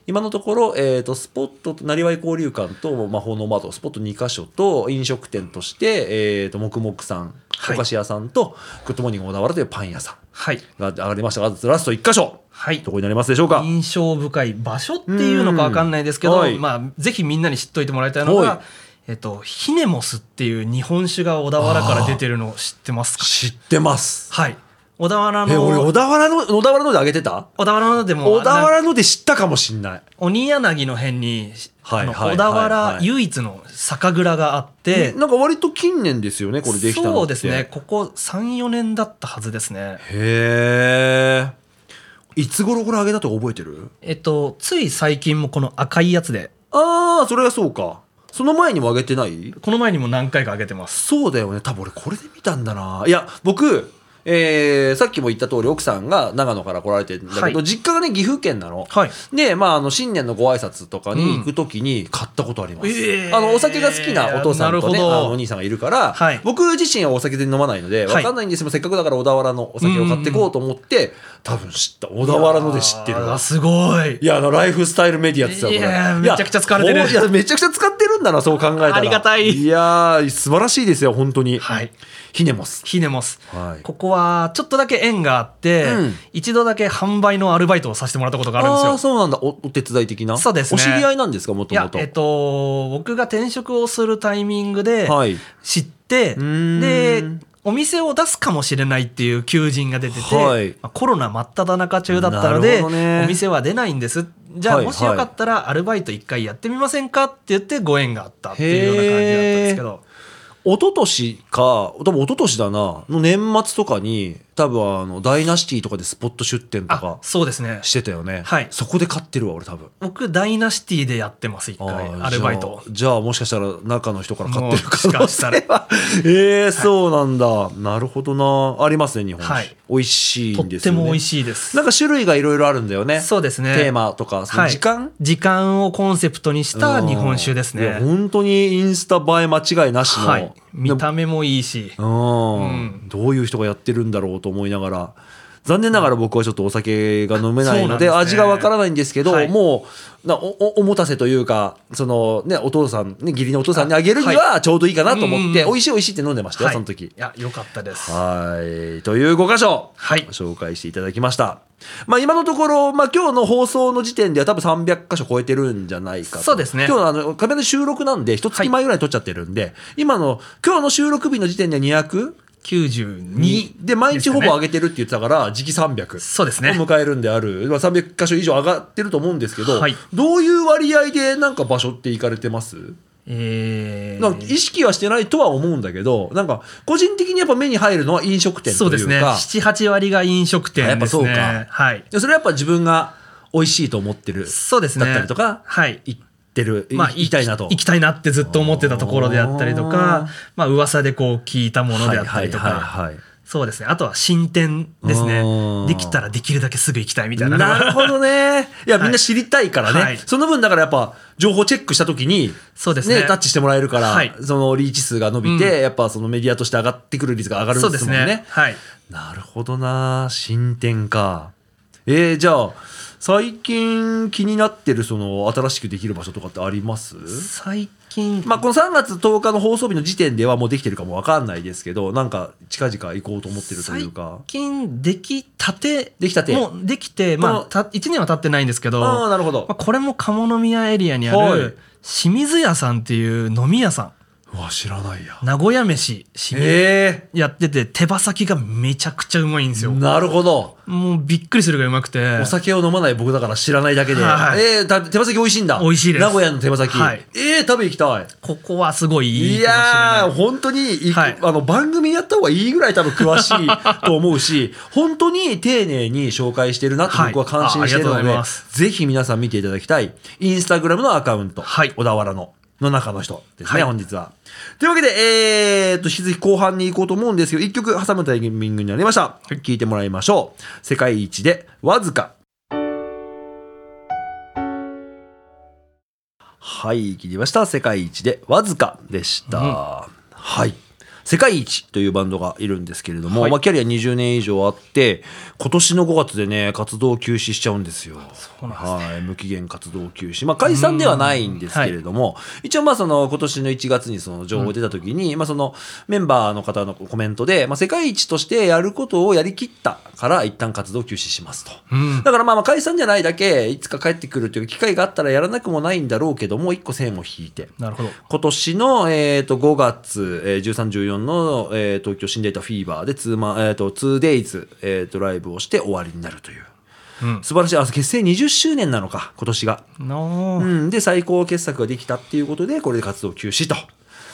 Speaker 1: 今のところ、えー、とスポットとなりわい交流館と魔法の窓スポット2箇所と飲食店として、えー、ともくもくさん
Speaker 2: はい
Speaker 1: お菓子屋さんと、グッドモーニング小田原というパン屋さん
Speaker 2: はい
Speaker 1: が上がりましたがラスト1箇所
Speaker 2: はい
Speaker 1: どこになりますでしょうか
Speaker 2: 印象深い場所っていうのか分かんないですけど、
Speaker 1: うんはい
Speaker 2: まあ、ぜひみんなに知っといてもらいたいの
Speaker 1: はい
Speaker 2: が、えっと、ヒネモスっていう日本酒が小田原から出てるのを知ってますか
Speaker 1: 知ってます
Speaker 2: はい小田原
Speaker 1: え俺小
Speaker 2: の
Speaker 1: 田原の小田原のであげてた
Speaker 2: 小田原のでも
Speaker 1: 小田
Speaker 2: なん
Speaker 1: 原ので知ったかもしんない
Speaker 2: 鬼柳の辺に、
Speaker 1: はい
Speaker 2: あの
Speaker 1: はい
Speaker 2: 小田
Speaker 1: はい
Speaker 2: 原
Speaker 1: はい
Speaker 2: 唯一の酒蔵があって、
Speaker 1: なんか割と近年ですよねこれできたのって
Speaker 2: そうですねここ34年だったはずですね
Speaker 1: へえいつ頃これあげたとか覚えてる
Speaker 2: えっとつい最近もこの赤いやつで
Speaker 1: ああそれがそうかその前にもあげてない
Speaker 2: この前にも何回かあげてます
Speaker 1: そうだよね多分俺これで見たんだないや僕えーさっきも言った通り奥さんが長野から来られてるんだけど、
Speaker 2: はい
Speaker 1: 実家がね岐阜県なの、
Speaker 2: はい
Speaker 1: で、まあ、あの新年のご挨拶とかに行く時に買ったことあります、あのお酒が好きなお父さんと、ね、
Speaker 2: なるほど
Speaker 1: あのお兄さんがいるから、
Speaker 2: はい
Speaker 1: 僕自身はお酒全然飲まないので
Speaker 2: はい
Speaker 1: 分かんないんですけど、せっかくだから小田原のお酒を買っていこうと思って、多分知った小田原ので知ってる
Speaker 2: いやー
Speaker 1: わ
Speaker 2: すごい
Speaker 1: いやあのライフスタイルメディアってさこれ
Speaker 2: いやーめちゃくちゃ疲れてる
Speaker 1: いやほんいやめちゃくちゃ使ってるんだなそう考えたら
Speaker 2: ありがたい
Speaker 1: いやー素晴らしいですよ本当に
Speaker 2: はい
Speaker 1: ひねもす
Speaker 2: ヒネモス、
Speaker 1: はい
Speaker 2: ここはちょっとだけ縁があって、
Speaker 1: うん
Speaker 2: 一度だけ販売のアルバイトをさせてもらったことがあるんです
Speaker 1: あ
Speaker 2: よ
Speaker 1: あそうなんだおお手伝い的な
Speaker 2: そうですね
Speaker 1: お知り合いなんですかも
Speaker 2: い
Speaker 1: とも
Speaker 2: や
Speaker 1: と
Speaker 2: えっと僕が転職をするタイミングで
Speaker 1: はい
Speaker 2: 知って、
Speaker 1: ーん
Speaker 2: でお店を出すかもしれないっていう求人が出てて、
Speaker 1: はい
Speaker 2: まあコロナ真っ只中中だったので、
Speaker 1: なるほどね
Speaker 2: お店は出ないんですじゃあ
Speaker 1: はい
Speaker 2: もしよかったらアルバイト一回やってみませんかって言ってご縁があったっていうような感じだったんですけど
Speaker 1: 一昨年か多分一昨年だなの年末とかに多分あのダイナシティとかでスポット出店と
Speaker 2: あ
Speaker 1: か
Speaker 2: そうですね
Speaker 1: してたよね、
Speaker 2: はい
Speaker 1: そこで買ってるわ俺多分
Speaker 2: 僕ダイナシティでやってます一回
Speaker 1: あー
Speaker 2: アルバイト
Speaker 1: じゃあじゃあもしかしたら中の人から買ってる可
Speaker 2: も
Speaker 1: 能
Speaker 2: しかした
Speaker 1: 性
Speaker 2: ら
Speaker 1: は [laughs] えー、そうなんだ、なるほどなありますね日本酒、
Speaker 2: はい
Speaker 1: 美味しい
Speaker 2: と
Speaker 1: ん
Speaker 2: っ
Speaker 1: です
Speaker 2: て
Speaker 1: よね
Speaker 2: も美味しいです
Speaker 1: なんか種類がいろいろあるんだよね
Speaker 2: そうですね
Speaker 1: テーマとかその時間、
Speaker 2: はい、時間をコンセプトにした日本酒です
Speaker 1: いや
Speaker 2: ね
Speaker 1: 本当にインスタ映え間違いなしの、
Speaker 2: はい見た目もいいし
Speaker 1: うん
Speaker 2: うん
Speaker 1: どういう人がやってるんだろうと思いながら残念ながら僕はちょっとお酒が飲めないので
Speaker 2: そうなんです
Speaker 1: 味
Speaker 2: ね
Speaker 1: がわからないんですけど、
Speaker 2: はい
Speaker 1: もうなおおおもたせというかその、ね、お父さん、ね、義理のお父さんにあげるに
Speaker 2: あ
Speaker 1: はちょうどいいかなと思って、
Speaker 2: うん
Speaker 1: 美味しい美味しいって飲んでましたよ、
Speaker 2: はい
Speaker 1: その時
Speaker 2: い。や良かったです
Speaker 1: はいという5箇所、
Speaker 2: はい
Speaker 1: 紹介していただきました。まあ、今のところ、まあ、今日の放送の時点では多分300箇所超えてるんじゃないかと
Speaker 2: そうですね
Speaker 1: 今日のあの壁の収録なんで一月前ぐらいに撮っちゃってるんで、今の今日の収録日の時点で200
Speaker 2: 92
Speaker 1: 2で毎日ほぼ上
Speaker 2: げ
Speaker 1: げてるって言ってたから時期300
Speaker 2: そうですね
Speaker 1: を迎えるんである、まあ、300箇所以上上がってると思うんですけど、
Speaker 2: はい
Speaker 1: どういう割合でなんか場所って行かれてます
Speaker 2: えー
Speaker 1: なんか意識はしてないとは思うんだけどなんか個人的にやっぱ目に入るのは飲食店と
Speaker 2: そ
Speaker 1: い
Speaker 2: う
Speaker 1: うか
Speaker 2: ですね78割が飲食店ですね
Speaker 1: やっぱそうか
Speaker 2: はい
Speaker 1: でそれはやっぱ自分が美味しいと思ってる
Speaker 2: そうですね
Speaker 1: だったりとか
Speaker 2: はい
Speaker 1: 行ってる、
Speaker 2: まあ、
Speaker 1: 行きたいなと
Speaker 2: 行きたいなってずっと思ってたところであったりと
Speaker 1: あー
Speaker 2: か、まあ、噂でこう聞いたものであったりと
Speaker 1: はいはい
Speaker 2: か、
Speaker 1: はいはい
Speaker 2: そうですね。あとは進展です
Speaker 1: あ
Speaker 2: ね
Speaker 1: ー。
Speaker 2: できたらできるだけすぐ行きたいみたいな。
Speaker 1: なるほ
Speaker 2: [laughs]
Speaker 1: どね。いや、みんな知りたいからね。
Speaker 2: はい
Speaker 1: その分、だからやっぱ、情報チェックしたときに、
Speaker 2: そうですね
Speaker 1: タッチしてもらえるから、
Speaker 2: はい
Speaker 1: そのリーチ数が伸びて、やっぱそのメディアとして上がってくる率が上がるん
Speaker 2: そう
Speaker 1: で
Speaker 2: ですす
Speaker 1: もんね。
Speaker 2: ね。はい。
Speaker 1: なるほどな。進展か。えー、じゃあ、最近気になってる、その、新しくできる場所とかってあります
Speaker 2: 最近、
Speaker 1: まあ、この3月10日の放送日の時点ではもうできてるかもわかんないですけど、なんか近々行こうと思ってるとい
Speaker 2: 最
Speaker 1: うか。
Speaker 2: 近できたて、
Speaker 1: できたて
Speaker 2: もうできて、
Speaker 1: こ
Speaker 2: ま
Speaker 1: の
Speaker 2: あ、た1年は経ってないんですけど、
Speaker 1: ああ、なるほど。
Speaker 2: まあ、これも鴨宮エリアにあ
Speaker 1: はい
Speaker 2: る、清水屋さんっていう飲み屋さ
Speaker 1: うわ、知らないや。
Speaker 2: ん、名古屋飯、清水
Speaker 1: ええ
Speaker 2: やってて、手羽先がめちゃくちゃうまいんですよ。
Speaker 1: なるほど。
Speaker 2: もうびっくりするがうまくて。
Speaker 1: お酒を飲まない僕だから知らないだけで。
Speaker 2: はい
Speaker 1: ええた手羽先美味しいんだ。
Speaker 2: 美味しいです
Speaker 1: 名古屋の手羽先。
Speaker 2: はい
Speaker 1: ええ食べ行きたい。
Speaker 2: ここはすごいい
Speaker 1: い
Speaker 2: いかもしれない。
Speaker 1: やー、本当にいい、
Speaker 2: はい
Speaker 1: あの、番組やった方がいいぐらい多分詳しいと思う
Speaker 2: [laughs]
Speaker 1: し、本当に丁寧に紹介してるなって僕は感心してるの
Speaker 2: はいあありがとうご
Speaker 1: で、
Speaker 2: ざいます
Speaker 1: ぜひ皆さん見ていただきたい、インスタグラムのアカウント、
Speaker 2: はい
Speaker 1: 小田原の、の中の人ですね、
Speaker 2: はい
Speaker 1: 本日は。というわけで、えー、っと、引き続き後半に行こうと思うんですけど、一曲挟むタイミングになりました。聞いてもらいましょう。世界一で、わずか。はい、切りました。世界一で、わずかでした。
Speaker 2: うん
Speaker 1: はい。世界一というバンドがいるんですけれども、
Speaker 2: はい
Speaker 1: まあ、キャリア20年以上あって、今年の5月でね、活動を休止しちゃうんですよ。
Speaker 2: うなんです
Speaker 1: はい、無期限活動休止。まあ、解散ではないんですけれども、一応まあ、その、今年の1月にその情報出た時に、まあ、その、メンバーの方のコメントで、まあ、世界一としてやることをやりきったから、一旦活動休止しますと。
Speaker 2: うん
Speaker 1: だからまあまあ解散じゃないだけ、いつか帰ってくるという機会があったらやらなくもないんだろうけども、一個線を引いて。
Speaker 2: なるほど。
Speaker 1: 今年の、えー、と5月、えー、13、14の、えー東京シンデータフィーバーでツーマン、えー、と 2days、えー、とライブをして終わりになるという。
Speaker 2: うん。
Speaker 1: 素晴らしい。あ、結成20周年なのか、今年が。
Speaker 2: のー
Speaker 1: うん、で最高傑作ができたっていうことでこれで活動休止と。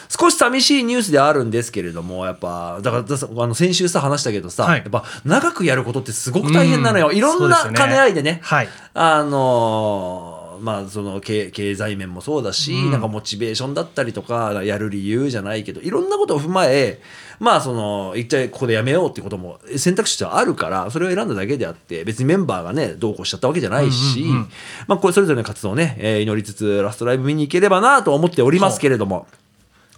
Speaker 1: 少し寂しいニュースではあるんですけれども、やっぱ、だからださ、あの、先週さ、話したけどさ、
Speaker 2: はい
Speaker 1: やっぱ、長くやることってすごく大変なのよ。
Speaker 2: うん
Speaker 1: いろんな
Speaker 2: そうですよ
Speaker 1: 兼
Speaker 2: ね
Speaker 1: ね合いでね。
Speaker 2: はい
Speaker 1: あのーまあ、その経、経済面もそうだし、なんかモチベーションだったりとか、やる理由じゃないけど、いろんなことを踏まえ、まあ、その、一体ここでやめようってことも選択肢としてはあるから、それを選んだだけであって、別にメンバーがね、どうこうしちゃったわけじゃないし、
Speaker 2: うんうんうん
Speaker 1: まあ、これそれぞれの活動をね、えー祈りつつ、ラストライブ見に行ければなと思っておりますけれども。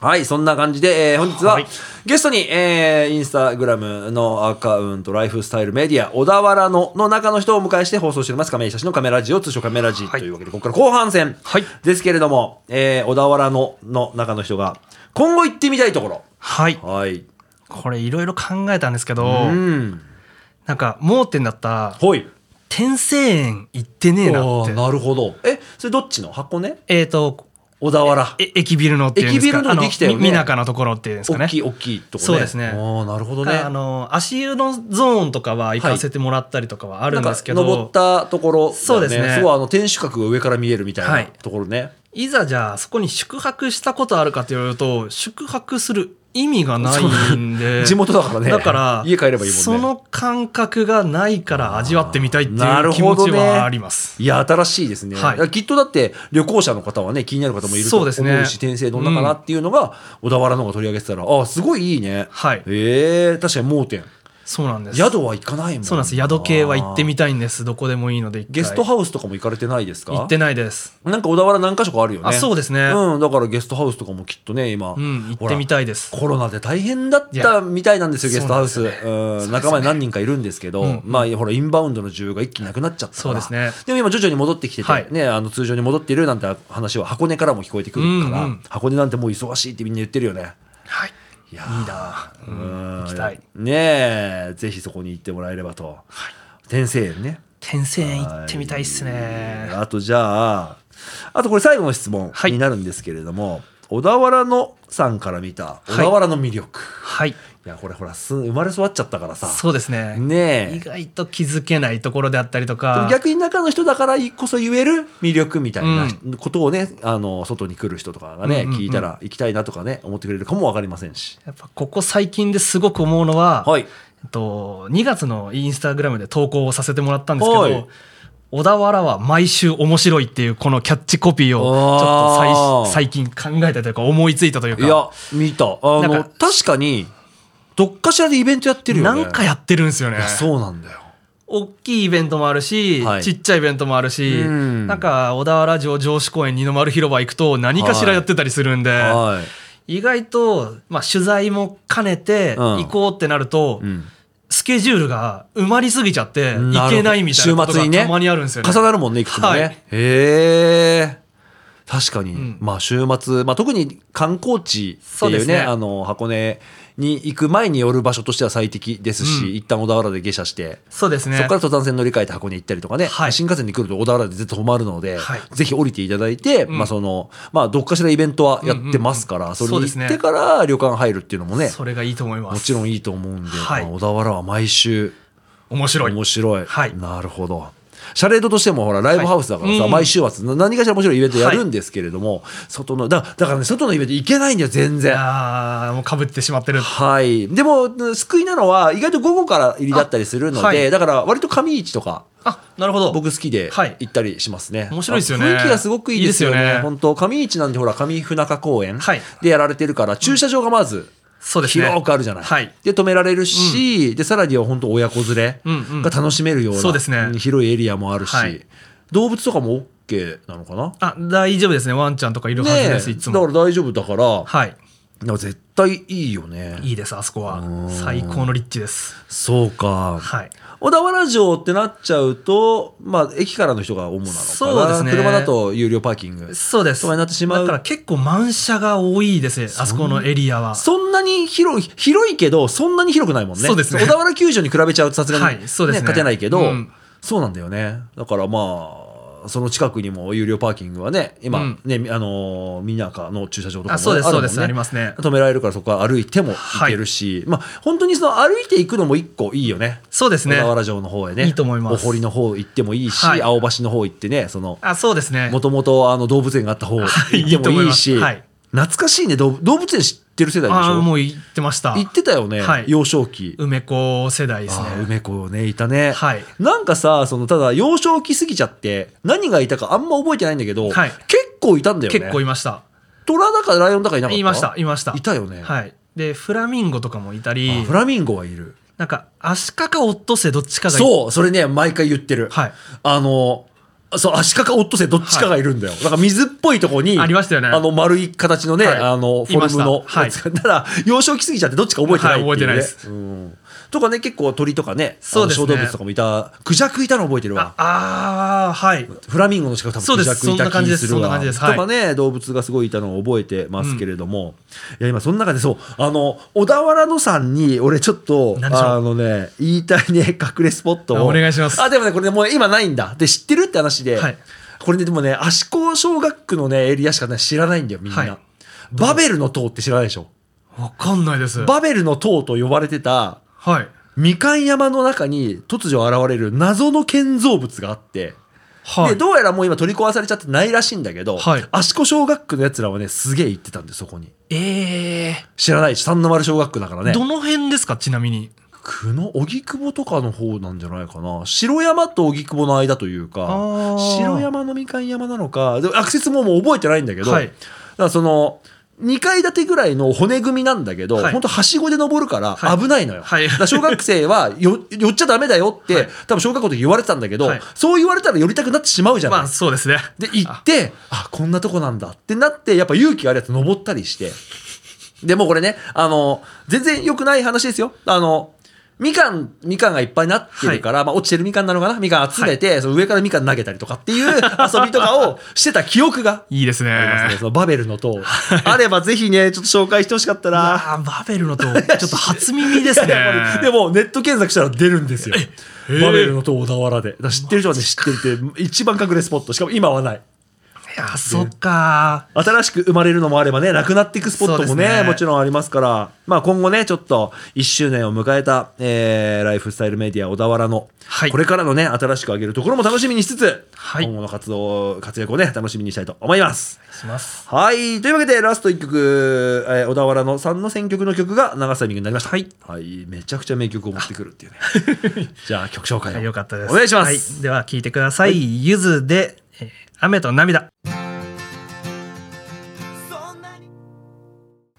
Speaker 1: はい、そんな感じで、えー本日は、
Speaker 2: はい
Speaker 1: ゲストに、えーインスタグラムのアカウント、ライフスタイルメディア、小田原のの中の人をお迎えして放送しております、亀井久志のカメラジオ、通称カメラジと
Speaker 2: はい
Speaker 1: いうわけで、ここから後半戦
Speaker 2: はい
Speaker 1: ですけれども、えー小田原のの中の人が、今後行ってみたいとこ
Speaker 2: はい
Speaker 1: ろ。。はい。
Speaker 2: これいろいろ考えたんですけど、
Speaker 1: うん。
Speaker 2: なんか盲点だった、
Speaker 1: ほい。
Speaker 2: 天聖園行ってねえな
Speaker 1: お
Speaker 2: っ
Speaker 1: ー
Speaker 2: て。
Speaker 1: なるほど。え、それどっちの箱根
Speaker 2: えっ、と、
Speaker 1: 小田原。
Speaker 2: え駅ビルのっていうんですか
Speaker 1: 駅ビルのできたよね
Speaker 2: あのみなかのところっていうんですかね。
Speaker 1: 大きい大きいとこね。
Speaker 2: そうですね
Speaker 1: おーなるほどね。
Speaker 2: あの足湯のゾーンとかは行かせてもらったりとかはあるんですけど、
Speaker 1: なんか登ったところだよ、
Speaker 2: そうですね
Speaker 1: すごいあの天守閣が上から見えるみた
Speaker 2: はいい
Speaker 1: なところね、
Speaker 2: いざじゃあそこに宿泊したことあるかというと宿泊する意味がないんで
Speaker 1: [laughs] 地元だからね
Speaker 2: だから
Speaker 1: 家帰ればいいもんね
Speaker 2: その感覚がないから味わってみたいってい
Speaker 1: あーなる
Speaker 2: う気
Speaker 1: ほ
Speaker 2: 持
Speaker 1: ど
Speaker 2: ち
Speaker 1: ね
Speaker 2: はあります。
Speaker 1: いや新しいですね、
Speaker 2: はい
Speaker 1: いやきっとだって旅行者の方はね気になる方もいると
Speaker 2: そう
Speaker 1: 思
Speaker 2: で
Speaker 1: う
Speaker 2: すね
Speaker 1: し天性どんなかなっていうのが、小田原の方が取り上げてたらあすごいいいね、
Speaker 2: はい
Speaker 1: えー確かに盲点
Speaker 2: そうなんです。
Speaker 1: 宿は行かないもん
Speaker 2: そうなんです。宿系は行ってみたいんです。どこでもいいので一回
Speaker 1: ゲストハウスとかも行かれてないですか
Speaker 2: 行ってないです。
Speaker 1: なんか小田原何か所かあるよね
Speaker 2: あそうですね
Speaker 1: うん、だからゲストハウスとかもきっとね今、
Speaker 2: うん、行ってみ
Speaker 1: い
Speaker 2: たいです。
Speaker 1: コロナで大変だったみたいなんですよ
Speaker 2: いや
Speaker 1: ゲストハウス、
Speaker 2: そううなんですよねそうです
Speaker 1: ん、
Speaker 2: ね
Speaker 1: 仲間に何人かいるんですけど、
Speaker 2: うん
Speaker 1: まあほらインバウンドの需要が一気になくなっちゃったから
Speaker 2: そうですね
Speaker 1: でも今徐々に戻ってきてて、
Speaker 2: はい
Speaker 1: ね、あの通常に戻っているなんて話は箱根からも聞こえてくるから、
Speaker 2: うんうん
Speaker 1: 箱根なんてもう忙しいってみんな言ってるよね
Speaker 2: はい。
Speaker 1: いや
Speaker 2: いいな。う
Speaker 1: うん
Speaker 2: ん、行きたい。
Speaker 1: ねえぜひそこに行ってもらえればと、天聖園ね
Speaker 2: 天聖園行ってみたいっすね。
Speaker 1: あとじゃあ、あとこれ最後の質問
Speaker 2: はい
Speaker 1: になるんですけれども、小田原のさんから見た
Speaker 2: い
Speaker 1: 小田原の魅力。
Speaker 2: はい。
Speaker 1: い、や、これほら、す生まれ育っちゃったからさ。
Speaker 2: そうですね。意
Speaker 1: ねえ。
Speaker 2: 外と気づけないところであったりと
Speaker 1: でも
Speaker 2: か。
Speaker 1: 逆に中の人だからこそ言える魅力みたいな
Speaker 2: う
Speaker 1: ことをね、あの、外に来る人とかがね、
Speaker 2: うんうんうん
Speaker 1: 聞いたら行きたいなとかね、思ってくれるかもわかりませんし。
Speaker 2: やっぱここ最近ですごく思うのは、
Speaker 1: はい。
Speaker 2: えっと、2月のインスタグラムで投稿をさせてもらったんですけど、
Speaker 1: はい
Speaker 2: 小田原は毎週面白いっていうこのキャッチコピーをちょ
Speaker 1: あー
Speaker 2: っと最最近考えたというか思いついたという
Speaker 1: い
Speaker 2: か
Speaker 1: や、見た。あの、
Speaker 2: なんか
Speaker 1: 確かに、どっかしらでイベントやってるよね。
Speaker 2: なんかやってるんですよね
Speaker 1: いやそうなんだよ。
Speaker 2: 大きいイベントもあるし、
Speaker 1: はい
Speaker 2: ちっちゃいイベントもあるし、
Speaker 1: うん
Speaker 2: なんか小田原城城址公園二の丸広場行くと何かしらやってたりするんで、
Speaker 1: は
Speaker 2: 意外と、まあ、取材も兼ねて
Speaker 1: うん
Speaker 2: 行こうってなると、
Speaker 1: い。うん
Speaker 2: スケジュールが埋まりすぎちゃって
Speaker 1: なる
Speaker 2: 行
Speaker 1: ほど
Speaker 2: けないみたいなこと
Speaker 1: 週末
Speaker 2: が
Speaker 1: にね
Speaker 2: たまにあるんですよね。
Speaker 1: 重なるもんねいくつもね、
Speaker 2: はい
Speaker 1: へえ確かに、
Speaker 2: ん
Speaker 1: まあ週末、まあ、特に観光地って
Speaker 2: そう
Speaker 1: い
Speaker 2: で
Speaker 1: う
Speaker 2: す
Speaker 1: ね
Speaker 2: ね
Speaker 1: あの箱根に行く前に寄る場所としては最適ですし、
Speaker 2: うん
Speaker 1: 一旦小田原で下車して、
Speaker 2: そうですね。
Speaker 1: そこから登山線乗り換えて箱根行ったりとかね、
Speaker 2: はい
Speaker 1: 新幹線で来ると小田原で絶対止まるので、
Speaker 2: はい
Speaker 1: ぜひ降りていただいて、
Speaker 2: うん
Speaker 1: まあそのまあ、どっかしらイベントはやってますから、
Speaker 2: うんうんうん
Speaker 1: それ
Speaker 2: そう
Speaker 1: に
Speaker 2: です
Speaker 1: 行
Speaker 2: ね
Speaker 1: ってから旅館入るっていうのもね
Speaker 2: それがいいと思います。
Speaker 1: もちろんいいと思うんで、
Speaker 2: はい
Speaker 1: まあ小田原は毎週
Speaker 2: 面白い。
Speaker 1: 面白い、
Speaker 2: はい
Speaker 1: なるほどシャレードとしてもほらライブハウスだからさ、
Speaker 2: はいうん
Speaker 1: 毎週末な何かしら面白いイベントやるんですけれども、外のだだからね外のイベント行けないんだよ全然
Speaker 2: ああ、もうかぶってしまってる。
Speaker 1: はいでも救いなのは意外と午後から入りだったりするので、
Speaker 2: あはい
Speaker 1: だから割と上市とか
Speaker 2: あ、なるほど。
Speaker 1: 僕好きで
Speaker 2: はい
Speaker 1: 行ったりしますね、
Speaker 2: 面白いですよね
Speaker 1: 雰囲気がすごくいいですよね
Speaker 2: いいですよね
Speaker 1: 本当上市なんてほら上船中公園
Speaker 2: はい
Speaker 1: でやられてるから、駐車場がまず
Speaker 2: そうですね。
Speaker 1: 広くあるじゃない。
Speaker 2: はい。
Speaker 1: で、止められるし、で、さらには本当親子連
Speaker 2: うんう
Speaker 1: れ
Speaker 2: ん
Speaker 1: が楽しめるような、
Speaker 2: そうですね
Speaker 1: ん広いエリアもあるし、
Speaker 2: はい
Speaker 1: 動物とかも OK なのかな
Speaker 2: あ、大丈夫ですね。ワンちゃんとかいるはずです、
Speaker 1: ねえ
Speaker 2: いつ
Speaker 1: だ
Speaker 2: も。
Speaker 1: から大丈夫だから、
Speaker 2: はい。
Speaker 1: なんか絶対いいよね。
Speaker 2: いいです、あそこは
Speaker 1: うん。
Speaker 2: 最高の立地です。
Speaker 1: そうか。
Speaker 2: はい。
Speaker 1: 小田原城ってなっちゃうと、まあ、駅からの人が主なのかな。
Speaker 2: そうですね
Speaker 1: 車だと有料パーキング。
Speaker 2: そうです。
Speaker 1: とかになってしまう
Speaker 2: だから結構満車が多いです、あそこのエリアは。
Speaker 1: そんなに広い、広いけど、そんなに広くないもんね。
Speaker 2: そうですね
Speaker 1: 小田原球場に比べちゃうとさすがに、
Speaker 2: はいそうですね
Speaker 1: 勝てないけど、
Speaker 2: うん
Speaker 1: そうなんだよね。だからまあ、その近くにも有料パーキングはね、今、
Speaker 2: うん
Speaker 1: ね、あのー、みなかの駐車場とかもね、
Speaker 2: あ、そうです、
Speaker 1: る
Speaker 2: そ
Speaker 1: も
Speaker 2: うんです。ありますね。
Speaker 1: 止められるからそこから歩いても行けるし、まあ本当にその歩いていくのも一個いいよね。
Speaker 2: そうです
Speaker 1: 小
Speaker 2: ね
Speaker 1: 田。原城の方へね。
Speaker 2: いいと思います
Speaker 1: お堀の方行ってもいいし、
Speaker 2: はい
Speaker 1: 青橋の方行ってね、その、
Speaker 2: あ、そうですね
Speaker 1: も。ともとあの動物園があった方行
Speaker 2: はい
Speaker 1: ってもいいし、
Speaker 2: いいと思いますはい
Speaker 1: 懐かしいね動物動物園知ってる世代でし
Speaker 2: あ
Speaker 1: ょ
Speaker 2: ーもう行ってました。
Speaker 1: 行ってたよね、
Speaker 2: はい
Speaker 1: 幼少期、
Speaker 2: 梅子世代ですね
Speaker 1: あ。あ梅子ねいたね、
Speaker 2: はい
Speaker 1: なんかさそのただ幼少期すぎちゃって何がいたかあんま覚えてないんだけど、
Speaker 2: はい
Speaker 1: 結構いたんだよね
Speaker 2: 結構いました。
Speaker 1: 虎だかライオンだかいなかった
Speaker 2: いました、いました。
Speaker 1: いたよね、
Speaker 2: はい。で、フラミンゴとかもいた
Speaker 1: あ
Speaker 2: り
Speaker 1: フ、ラミンゴはいる
Speaker 2: なんか、アシカかオットセイどっちかがい
Speaker 1: そうそれね毎回言ってる、
Speaker 2: はい
Speaker 1: あのそうアシカかオットセイどっちかがいるんだよ、なんか水っぽいとこに
Speaker 2: ありましたよね
Speaker 1: あの丸い形のね、
Speaker 2: はい
Speaker 1: あのフォルムの
Speaker 2: いましたはい
Speaker 1: ただ幼少期すぎちゃってどっちか覚えてないっていう、ね
Speaker 2: はい覚えてないです
Speaker 1: うんとかね結構鳥とかね
Speaker 2: そうですね
Speaker 1: あの小動物とかもいたクジャクいたの覚えてるわ
Speaker 2: ああー、はい。
Speaker 1: フラミンゴの近く多
Speaker 2: そ
Speaker 1: 分
Speaker 2: う
Speaker 1: ク
Speaker 2: で
Speaker 1: ジ
Speaker 2: す
Speaker 1: ャクいた
Speaker 2: そんな感
Speaker 1: 気
Speaker 2: じ
Speaker 1: が
Speaker 2: ですす
Speaker 1: る
Speaker 2: そんな
Speaker 1: わ
Speaker 2: 感じ
Speaker 1: と
Speaker 2: ですはい
Speaker 1: かね動物がすごいいたのを覚えてますけれども、いや今その中でそうあの小田原のさんに俺ちょっとあ
Speaker 2: 何でしょう
Speaker 1: のね言いたいね隠れスポットを
Speaker 2: あお願いします
Speaker 1: あでもねこれねもう今ないんだで知ってるって話で、
Speaker 2: はい
Speaker 1: これねでもね芦高小学区のねエリアしかね知らないんだよみんな、
Speaker 2: はい
Speaker 1: バベルの塔って知らないでしょ
Speaker 2: わかんないです。
Speaker 1: バベルの塔と呼ばれてた
Speaker 2: はい。
Speaker 1: みかん山の中に突如現れる謎の建造物があって
Speaker 2: は
Speaker 1: で
Speaker 2: い。
Speaker 1: どうやらもう今取り壊されちゃってないらしいんだけど、
Speaker 2: はい
Speaker 1: 足子小学区のやつらはねすげえ行ってたんでそこに
Speaker 2: ええ
Speaker 1: 知らないし三の丸小学区だからね
Speaker 2: どの辺ですかちなみに
Speaker 1: 久野荻窪とかの方なんじゃないかな城山と荻窪の間という
Speaker 2: あ
Speaker 1: か
Speaker 2: ー
Speaker 1: 城山のみかん山なのかでもアクセスももう覚えてないんだけど、
Speaker 2: はい
Speaker 1: だからその2階建てぐらいの骨組みなんだけど、
Speaker 2: はい
Speaker 1: 本当はしごで登るから
Speaker 2: はい
Speaker 1: 危ないのよ、
Speaker 2: はい
Speaker 1: だから小学生はよ寄っちゃダメだよって、
Speaker 2: はい
Speaker 1: 多分小学校の時言われてたんだけど、
Speaker 2: はい
Speaker 1: そう言われたら寄りたくなってしまうじゃない、
Speaker 2: まあそうですね
Speaker 1: で行ってあこんなとこなんだってなってやっぱ勇気あるやつ登ったりしてでもうこれねあの全然良くない話ですよあのみかんみかんがいっぱいになってるから、まあ、落ちてるみかんなのかなみかん集めて、その上からみかん投げたりとかっていう [laughs] 遊びとかをしてた記憶が
Speaker 2: いいですね
Speaker 1: ありますねそのバベルの塔あればぜひねちょっと紹介してほしかったな。
Speaker 2: ああバベルのとちょっと初
Speaker 1: [laughs]
Speaker 2: 耳ですね
Speaker 1: やっぱりでもネット検索したら出るんですよ
Speaker 2: え
Speaker 1: バベルの塔小田原でだから知ってる人はね知ってるって一番隠れスポットしかも今はない
Speaker 2: いやそっか
Speaker 1: 新しく生まれるのもあればね、なくなっていくスポットも
Speaker 2: そう
Speaker 1: ね
Speaker 2: ですね
Speaker 1: もちろんありますから、まあ、今後ね、ちょっと1周年を迎えた、えーライフスタイルメディア小田原の、
Speaker 2: はい
Speaker 1: これからのね、新しく上げるところも楽しみにしつつ、
Speaker 2: はい
Speaker 1: 今後の活動、活躍をね、楽しみにしたいと思います。
Speaker 2: します
Speaker 1: はい。というわけで、ラスト1曲、えー小田原の3の選曲の曲が長崎になりました。はい。めちゃくちゃ名曲を持ってくるっていうね。じゃあ、曲紹介を。
Speaker 2: よかったです
Speaker 1: お願いします。
Speaker 2: はい、では聞いてくださいゆず、で、えー雨と涙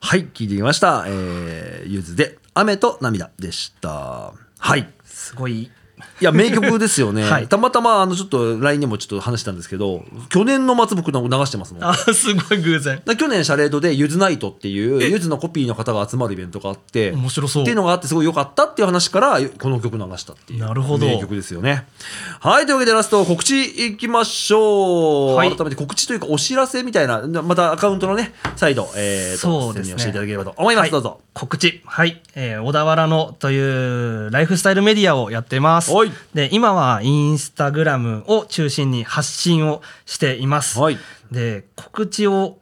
Speaker 1: はい、聞いてきました。えー、ゆずで、雨と涙でした。はい。
Speaker 2: すごい
Speaker 1: いや、名曲ですよね。
Speaker 2: [laughs] はい
Speaker 1: たまたま、あの、ちょっと、LINE にもちょっと話したんですけど、去年の末僕流してますもん。だか
Speaker 2: あすごい偶然
Speaker 1: ら去年、シャレードで、ゆずナイトっていう、ゆずのコピーの方が集まるイベントがあって、
Speaker 2: 面白そう
Speaker 1: っていうのがあって、すごい良かったっていう話から、この曲流したっていう。
Speaker 2: なるほど
Speaker 1: 名曲ですよね。はい、というわけで、ラスト、告知いきましょう。
Speaker 2: はい
Speaker 1: 改めて告知というか、お知らせみたいな、またアカウントのね、再度、えーと、
Speaker 2: そうですね
Speaker 1: 宣伝をしていただければと思います。
Speaker 2: はい
Speaker 1: どうぞ。
Speaker 2: 告知はい、えー小田原のというライフスタイルメディアをやってます
Speaker 1: はい
Speaker 2: で今はインスタグラムを中心に発信をしています、
Speaker 1: はい
Speaker 2: で告知を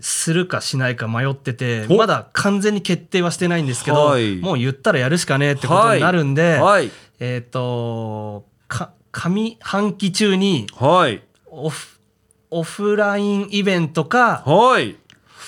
Speaker 2: するかしないか迷ってて
Speaker 1: お
Speaker 2: まだ完全に決定はしてないんですけど、
Speaker 1: はい
Speaker 2: もう言ったらやるしかねえってことになるんで、
Speaker 1: はい。
Speaker 2: えっ、とか上半期中に
Speaker 1: はい。
Speaker 2: オフオフラインイベントか
Speaker 1: はい。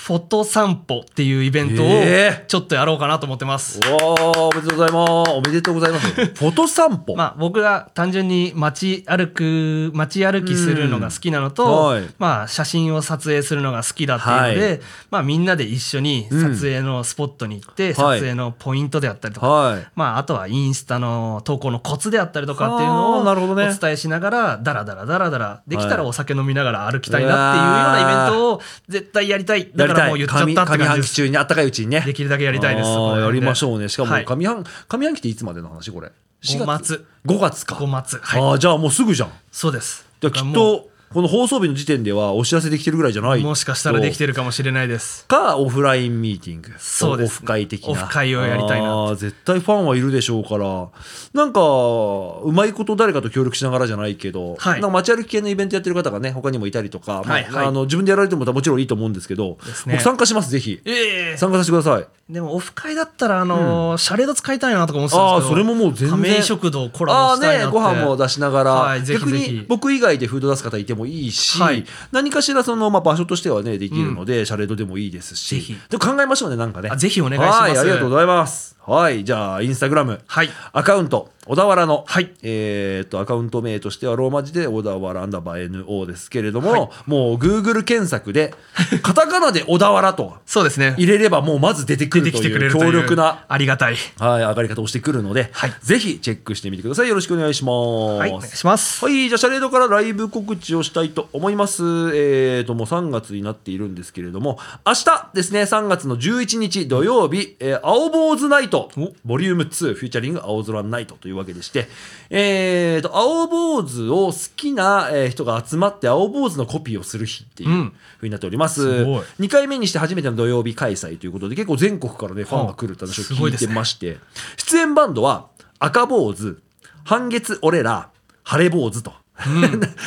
Speaker 2: フォト散歩っていうイベントを
Speaker 1: えー
Speaker 2: ちょっとやろうかなと思ってます。
Speaker 1: おーおめでとうございます。おめでとうございます。フォト散歩。
Speaker 2: まあ、僕が単純に街歩く街歩きするのが好きなの
Speaker 1: うん
Speaker 2: と、
Speaker 1: はい
Speaker 2: まあ、写真を撮影するのが好きだっていうので、
Speaker 1: はい
Speaker 2: まあ、みんなで一緒に撮影のスポットに行って、
Speaker 1: ん
Speaker 2: 撮
Speaker 1: はい
Speaker 2: 影のポイントであったりとか、
Speaker 1: はい。
Speaker 2: まあ、あとはインスタの投稿のコツであったりとかっていう
Speaker 1: あーなる
Speaker 2: の
Speaker 1: ほ
Speaker 2: をお
Speaker 1: どね
Speaker 2: 伝えしながらダラダラダラダラできた
Speaker 1: は
Speaker 2: ら
Speaker 1: い
Speaker 2: お酒飲みながら歩きたいなっていうようなイベントを絶対やりたいだからもう言っちゃったって
Speaker 1: 上上
Speaker 2: 感じ
Speaker 1: 半
Speaker 2: で
Speaker 1: 期
Speaker 2: す
Speaker 1: 中にあったかいうちにね。
Speaker 2: できるだけやりたいです
Speaker 1: あー
Speaker 2: そこら
Speaker 1: や
Speaker 2: 辺
Speaker 1: り
Speaker 2: で
Speaker 1: ましょうね。しかも
Speaker 2: はい
Speaker 1: 上半、上半期っていつまでの話これ。4
Speaker 2: 5月。
Speaker 1: 5月か。
Speaker 2: 5月はい
Speaker 1: ああ、じゃあもうすぐじゃん。
Speaker 2: そうです
Speaker 1: じゃあきっ
Speaker 2: も
Speaker 1: と、この放送日の時点ではお知らせできてるぐらいじゃな
Speaker 2: う
Speaker 1: い
Speaker 2: もしかしたらできてるかもしれないです
Speaker 1: かオフラインミーティング
Speaker 2: そうです
Speaker 1: オフ会的な
Speaker 2: オフ会をやりたいな
Speaker 1: あー絶対ファンはいるでしょうからなんかうまいこと誰かと協力しながらじゃないけど、
Speaker 2: はい
Speaker 1: なんか街歩き系のイベントやってる方がね他にもいたりとか、まあ
Speaker 2: はいはい
Speaker 1: あの自分でやられてももちろんいいと思うんですけど
Speaker 2: ですね
Speaker 1: 僕参加しますぜひ
Speaker 2: ええ
Speaker 1: 参加させてください
Speaker 2: でもオフ会だったらあのーシャレード使いたいなとか思ってたん
Speaker 1: ああ
Speaker 2: で
Speaker 1: ー
Speaker 2: すけど
Speaker 1: それももう全然
Speaker 2: 仮面食堂コラボしたいなって
Speaker 1: あーねご飯も出しながら、
Speaker 2: はいぜひ
Speaker 1: 逆
Speaker 2: ぜひ
Speaker 1: に僕以外でフード出す方いてもいいし、
Speaker 2: はい
Speaker 1: 何かしらその、まあ、場所としてはねできるので、シャレードでもいいですし
Speaker 2: ぜひ
Speaker 1: でも考えましょうねなんかね
Speaker 2: あぜひお願いします
Speaker 1: はいありがとうございますはいじゃあインスタグラム
Speaker 2: はい
Speaker 1: アカウント小田原の、
Speaker 2: はい
Speaker 1: えーっとアカウント名としてはローマ字で小田原アンダーバー NO ですけれども、もう Google 検索でカタカナで小田原と
Speaker 2: そうですね
Speaker 1: 入れればもうまず出てく
Speaker 2: 出
Speaker 1: る
Speaker 2: て
Speaker 1: と
Speaker 2: きてく
Speaker 1: い
Speaker 2: れ
Speaker 1: う
Speaker 2: るとい
Speaker 1: 強
Speaker 2: う
Speaker 1: 力な
Speaker 2: ありがたい
Speaker 1: はい、上がり方をしてくるので、
Speaker 2: はい
Speaker 1: ぜひチェックしてみてください。よろしくお願いします。
Speaker 2: はいお願いします
Speaker 1: はいじゃあ、シャレードからライブ告知をしたいと思います。えーと、もう3月になっているんですけれども、明日ですね、3月の11日土曜日、えー青坊主ナイト、ボリューム2、フューチャリング青空ナイトというわけでして、えーと、青坊主を好きなえー人が集まって、青坊主のコピーをする日っていう
Speaker 2: うん
Speaker 1: ふうになっております。
Speaker 2: すごい
Speaker 1: 2回目にして初めての土曜日開催ということで、結構全国からね、ファンが来るって話を
Speaker 2: す
Speaker 1: 聞
Speaker 2: ごい
Speaker 1: い
Speaker 2: で
Speaker 1: て
Speaker 2: すね
Speaker 1: まして、出演バンドは赤坊主半月俺ら晴れ坊主と [laughs]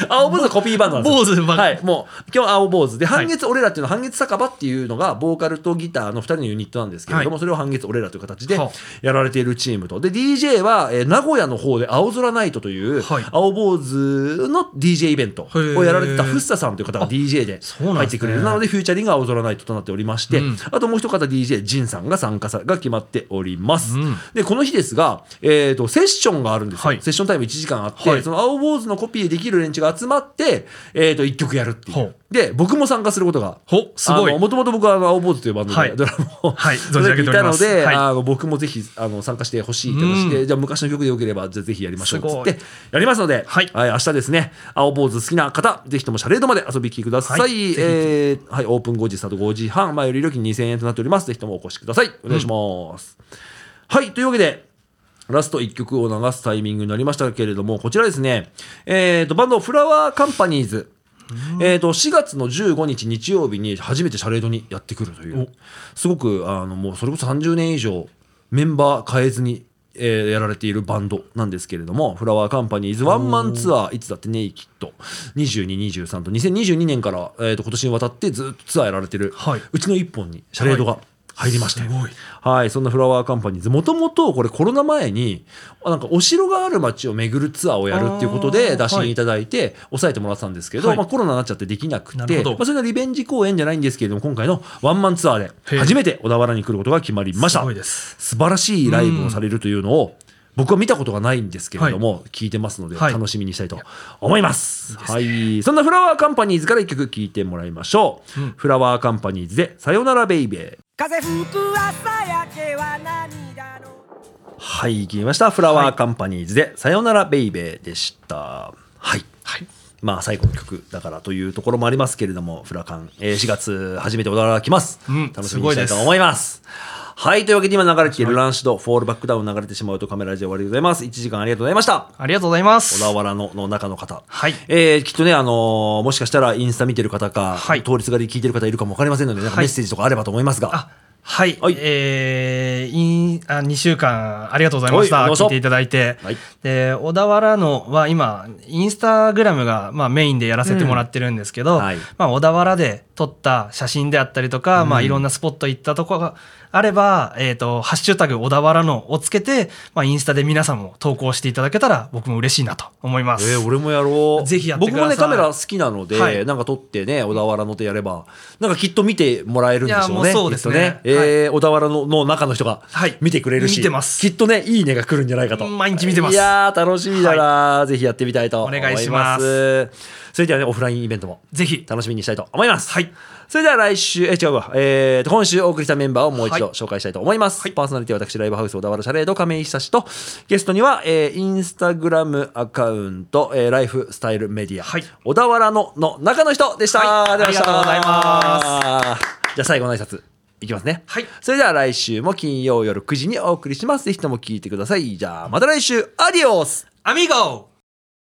Speaker 1: 青坊主はコピーバンドなんですよ
Speaker 2: 坊主ばっか
Speaker 1: はいもう今日青坊主で
Speaker 2: はい
Speaker 1: 半月俺らっていうのは半月酒場っていうのがボーカルとギターの2人のユニットなんですけれども、
Speaker 2: はい
Speaker 1: それを半月俺らという形で
Speaker 2: はあ
Speaker 1: やられているチームとで DJ は、えー名古屋の方で青空ナイトという
Speaker 2: はい
Speaker 1: 青坊主の DJ イベントをやられてた
Speaker 2: へー
Speaker 1: フッサさんという方が DJ で
Speaker 2: そうなん
Speaker 1: 入
Speaker 2: ですね
Speaker 1: ってくれるなのでフューチャリング青空ナイトとなっておりまして、
Speaker 2: うん
Speaker 1: あともう一方 DJ ジンさんが参加さが決まっております、
Speaker 2: うん
Speaker 1: でこの日ですが、えー、とセッションがあるんですよ、
Speaker 2: はい
Speaker 1: セッションタイム1時間あって、
Speaker 2: はい
Speaker 1: その青坊主のコピーできる連中が集まって、えー、と1曲やるってい
Speaker 2: ほ
Speaker 1: う
Speaker 2: う
Speaker 1: で僕も参加することが
Speaker 2: ほすごい
Speaker 1: もともと僕はあの青坊主というバンド
Speaker 2: は
Speaker 1: で
Speaker 2: い
Speaker 1: ドラムを、
Speaker 2: はい
Speaker 1: そ
Speaker 2: 存じ
Speaker 1: れ
Speaker 2: 上げ
Speaker 1: でい
Speaker 2: ており
Speaker 1: た
Speaker 2: ま
Speaker 1: の
Speaker 2: す
Speaker 1: で、
Speaker 2: はい
Speaker 1: あの僕もぜひあの参加してほしいとして、
Speaker 2: う
Speaker 1: じゃあ昔の曲でよければじゃあぜひやりましょうっつって
Speaker 2: す
Speaker 1: やりますので、
Speaker 2: はい
Speaker 1: 明日ですね青坊主好きな方ぜひともシャレードまで遊びに来てください、
Speaker 2: はいぜひ
Speaker 1: えーはい、オープン5時スタート5時半前より料金2000円となっておりますぜひともお越しくださいお願いします、はいというわけでラスト1曲を流すタイミングになりましたけれどもこちらですね、えー、とバンドフラワーカンパニーズえー、と4月の15日日曜日に初めてシャレードにやってくるというすごくあのもうそれこそ30年以上メンバー変えずに、えーやられているバンドなんですけれどもフラワーカンパニーズワンマンツアーいつだってネイキッド2223と2022年から、えー、と今年にわたってずっとツアーやられてる、
Speaker 2: はいう
Speaker 1: ちの1本にシャレードが入りまして、
Speaker 2: すごい
Speaker 1: はい、そんなフラワーカンパニーズ、もともとこれコロナ前に、あなんかお城がある街を巡るツアーをやるっていうこと
Speaker 2: あ
Speaker 1: で
Speaker 2: ー
Speaker 1: 打診いただいて、抑えてもらってたんですけど、
Speaker 2: はい
Speaker 1: まあ、コロナになっちゃってできなく
Speaker 2: なる
Speaker 1: て、
Speaker 2: ほど
Speaker 1: まあ、それがリベンジ公演じゃないんですけれども、今回のワンマンツアー
Speaker 2: へ
Speaker 1: で
Speaker 2: え
Speaker 1: 初めて小田原に来ることが決まりました。
Speaker 2: すごいです
Speaker 1: 素晴らしいライブをされるというのを、僕は見たことがないんですけれども、聞いてますので、
Speaker 2: はい
Speaker 1: 楽しみにしたいと思います。はい。そんなフラワーカンパニーズから一曲聴いてもらいましょう。フラワーカンパニーズで、さよならベイベー。
Speaker 3: 風吹く朝焼けは涙の
Speaker 1: はい、聞きました。フラワーカンパニーズで、さよならベイベーでした。はい。
Speaker 2: はい
Speaker 1: まあ、最後の曲だからというところもありますけれども、フラカン、えー4月初めて小田原来ます。
Speaker 2: うん
Speaker 1: 楽しみにしたいと思います。はい、というわけで今流れているランシュド、フォールバックダウン流れてしまうとカメラで終わりでございます。1時間ありがとうございました。
Speaker 2: ありがとうございます
Speaker 1: 小田原のの中の方、
Speaker 2: はい
Speaker 1: えーきっとね、あのーもしかしたらインスタ見てる方か、
Speaker 2: はい
Speaker 1: 通りすがり聞いてる方いるかも分かりませんので、なんか
Speaker 2: はい
Speaker 1: メッセージとかあればと思いますが、
Speaker 2: あはい、
Speaker 1: はい
Speaker 2: えーインあ2週間ありがとうございまし
Speaker 1: はい
Speaker 2: た、
Speaker 1: どうぞ
Speaker 2: 聞いていただいて、
Speaker 1: はい
Speaker 2: で小田原のは今インスタグラムが、まあ、メインでやらせてもらってるんですけど、
Speaker 1: うんはい
Speaker 2: まあ、小田原で撮った写真であったりとか、まあ、いろんなスポット行ったとこがあれば「えー、とハッシュタグ小田原の」をつけて、まあ、インスタで皆さんも投稿していただけたら僕も嬉しいなと思います。
Speaker 1: えー俺もやろう
Speaker 2: ぜひやってくだ
Speaker 1: 僕
Speaker 2: さい
Speaker 1: もねカメラ好きなので、
Speaker 2: はい
Speaker 1: なんか撮ってね小田原のとやればなんかきっと見てもらえるんでしょうね
Speaker 2: いやもうそうですね
Speaker 1: きっとえー小田原のの中の人が
Speaker 2: はい
Speaker 1: 見てくれるし、
Speaker 2: 見てます
Speaker 1: きっとねいいねが来るんじゃないかと
Speaker 2: 毎日見てます
Speaker 1: いやー楽しみだな、ぜひやってみたいと思います
Speaker 2: お願いします
Speaker 1: それではねオフラインイベントも
Speaker 2: ぜひ
Speaker 1: 楽しみにしたいと思います。
Speaker 2: はい。
Speaker 1: それでは来週、え、違うわ。えーと、今週お送りしたメンバーをもう一度
Speaker 2: はい
Speaker 1: 紹介したいと思います。パーソナリティは私、ライブハウス小田原シャレード亀井久志と、ゲストには、えーインスタグラムアカウント、えーライフスタイルメディア、
Speaker 2: はい
Speaker 1: 小田原のの中の人でした。
Speaker 2: はい
Speaker 1: ではした
Speaker 2: ありがとうございます
Speaker 1: じゃあ最後の挨拶。いきますね、
Speaker 2: はい
Speaker 1: それでは来週も金曜夜9時にお送りします。ぜひとも聞いてください。じゃあまた来週、アディオス
Speaker 2: アミゴ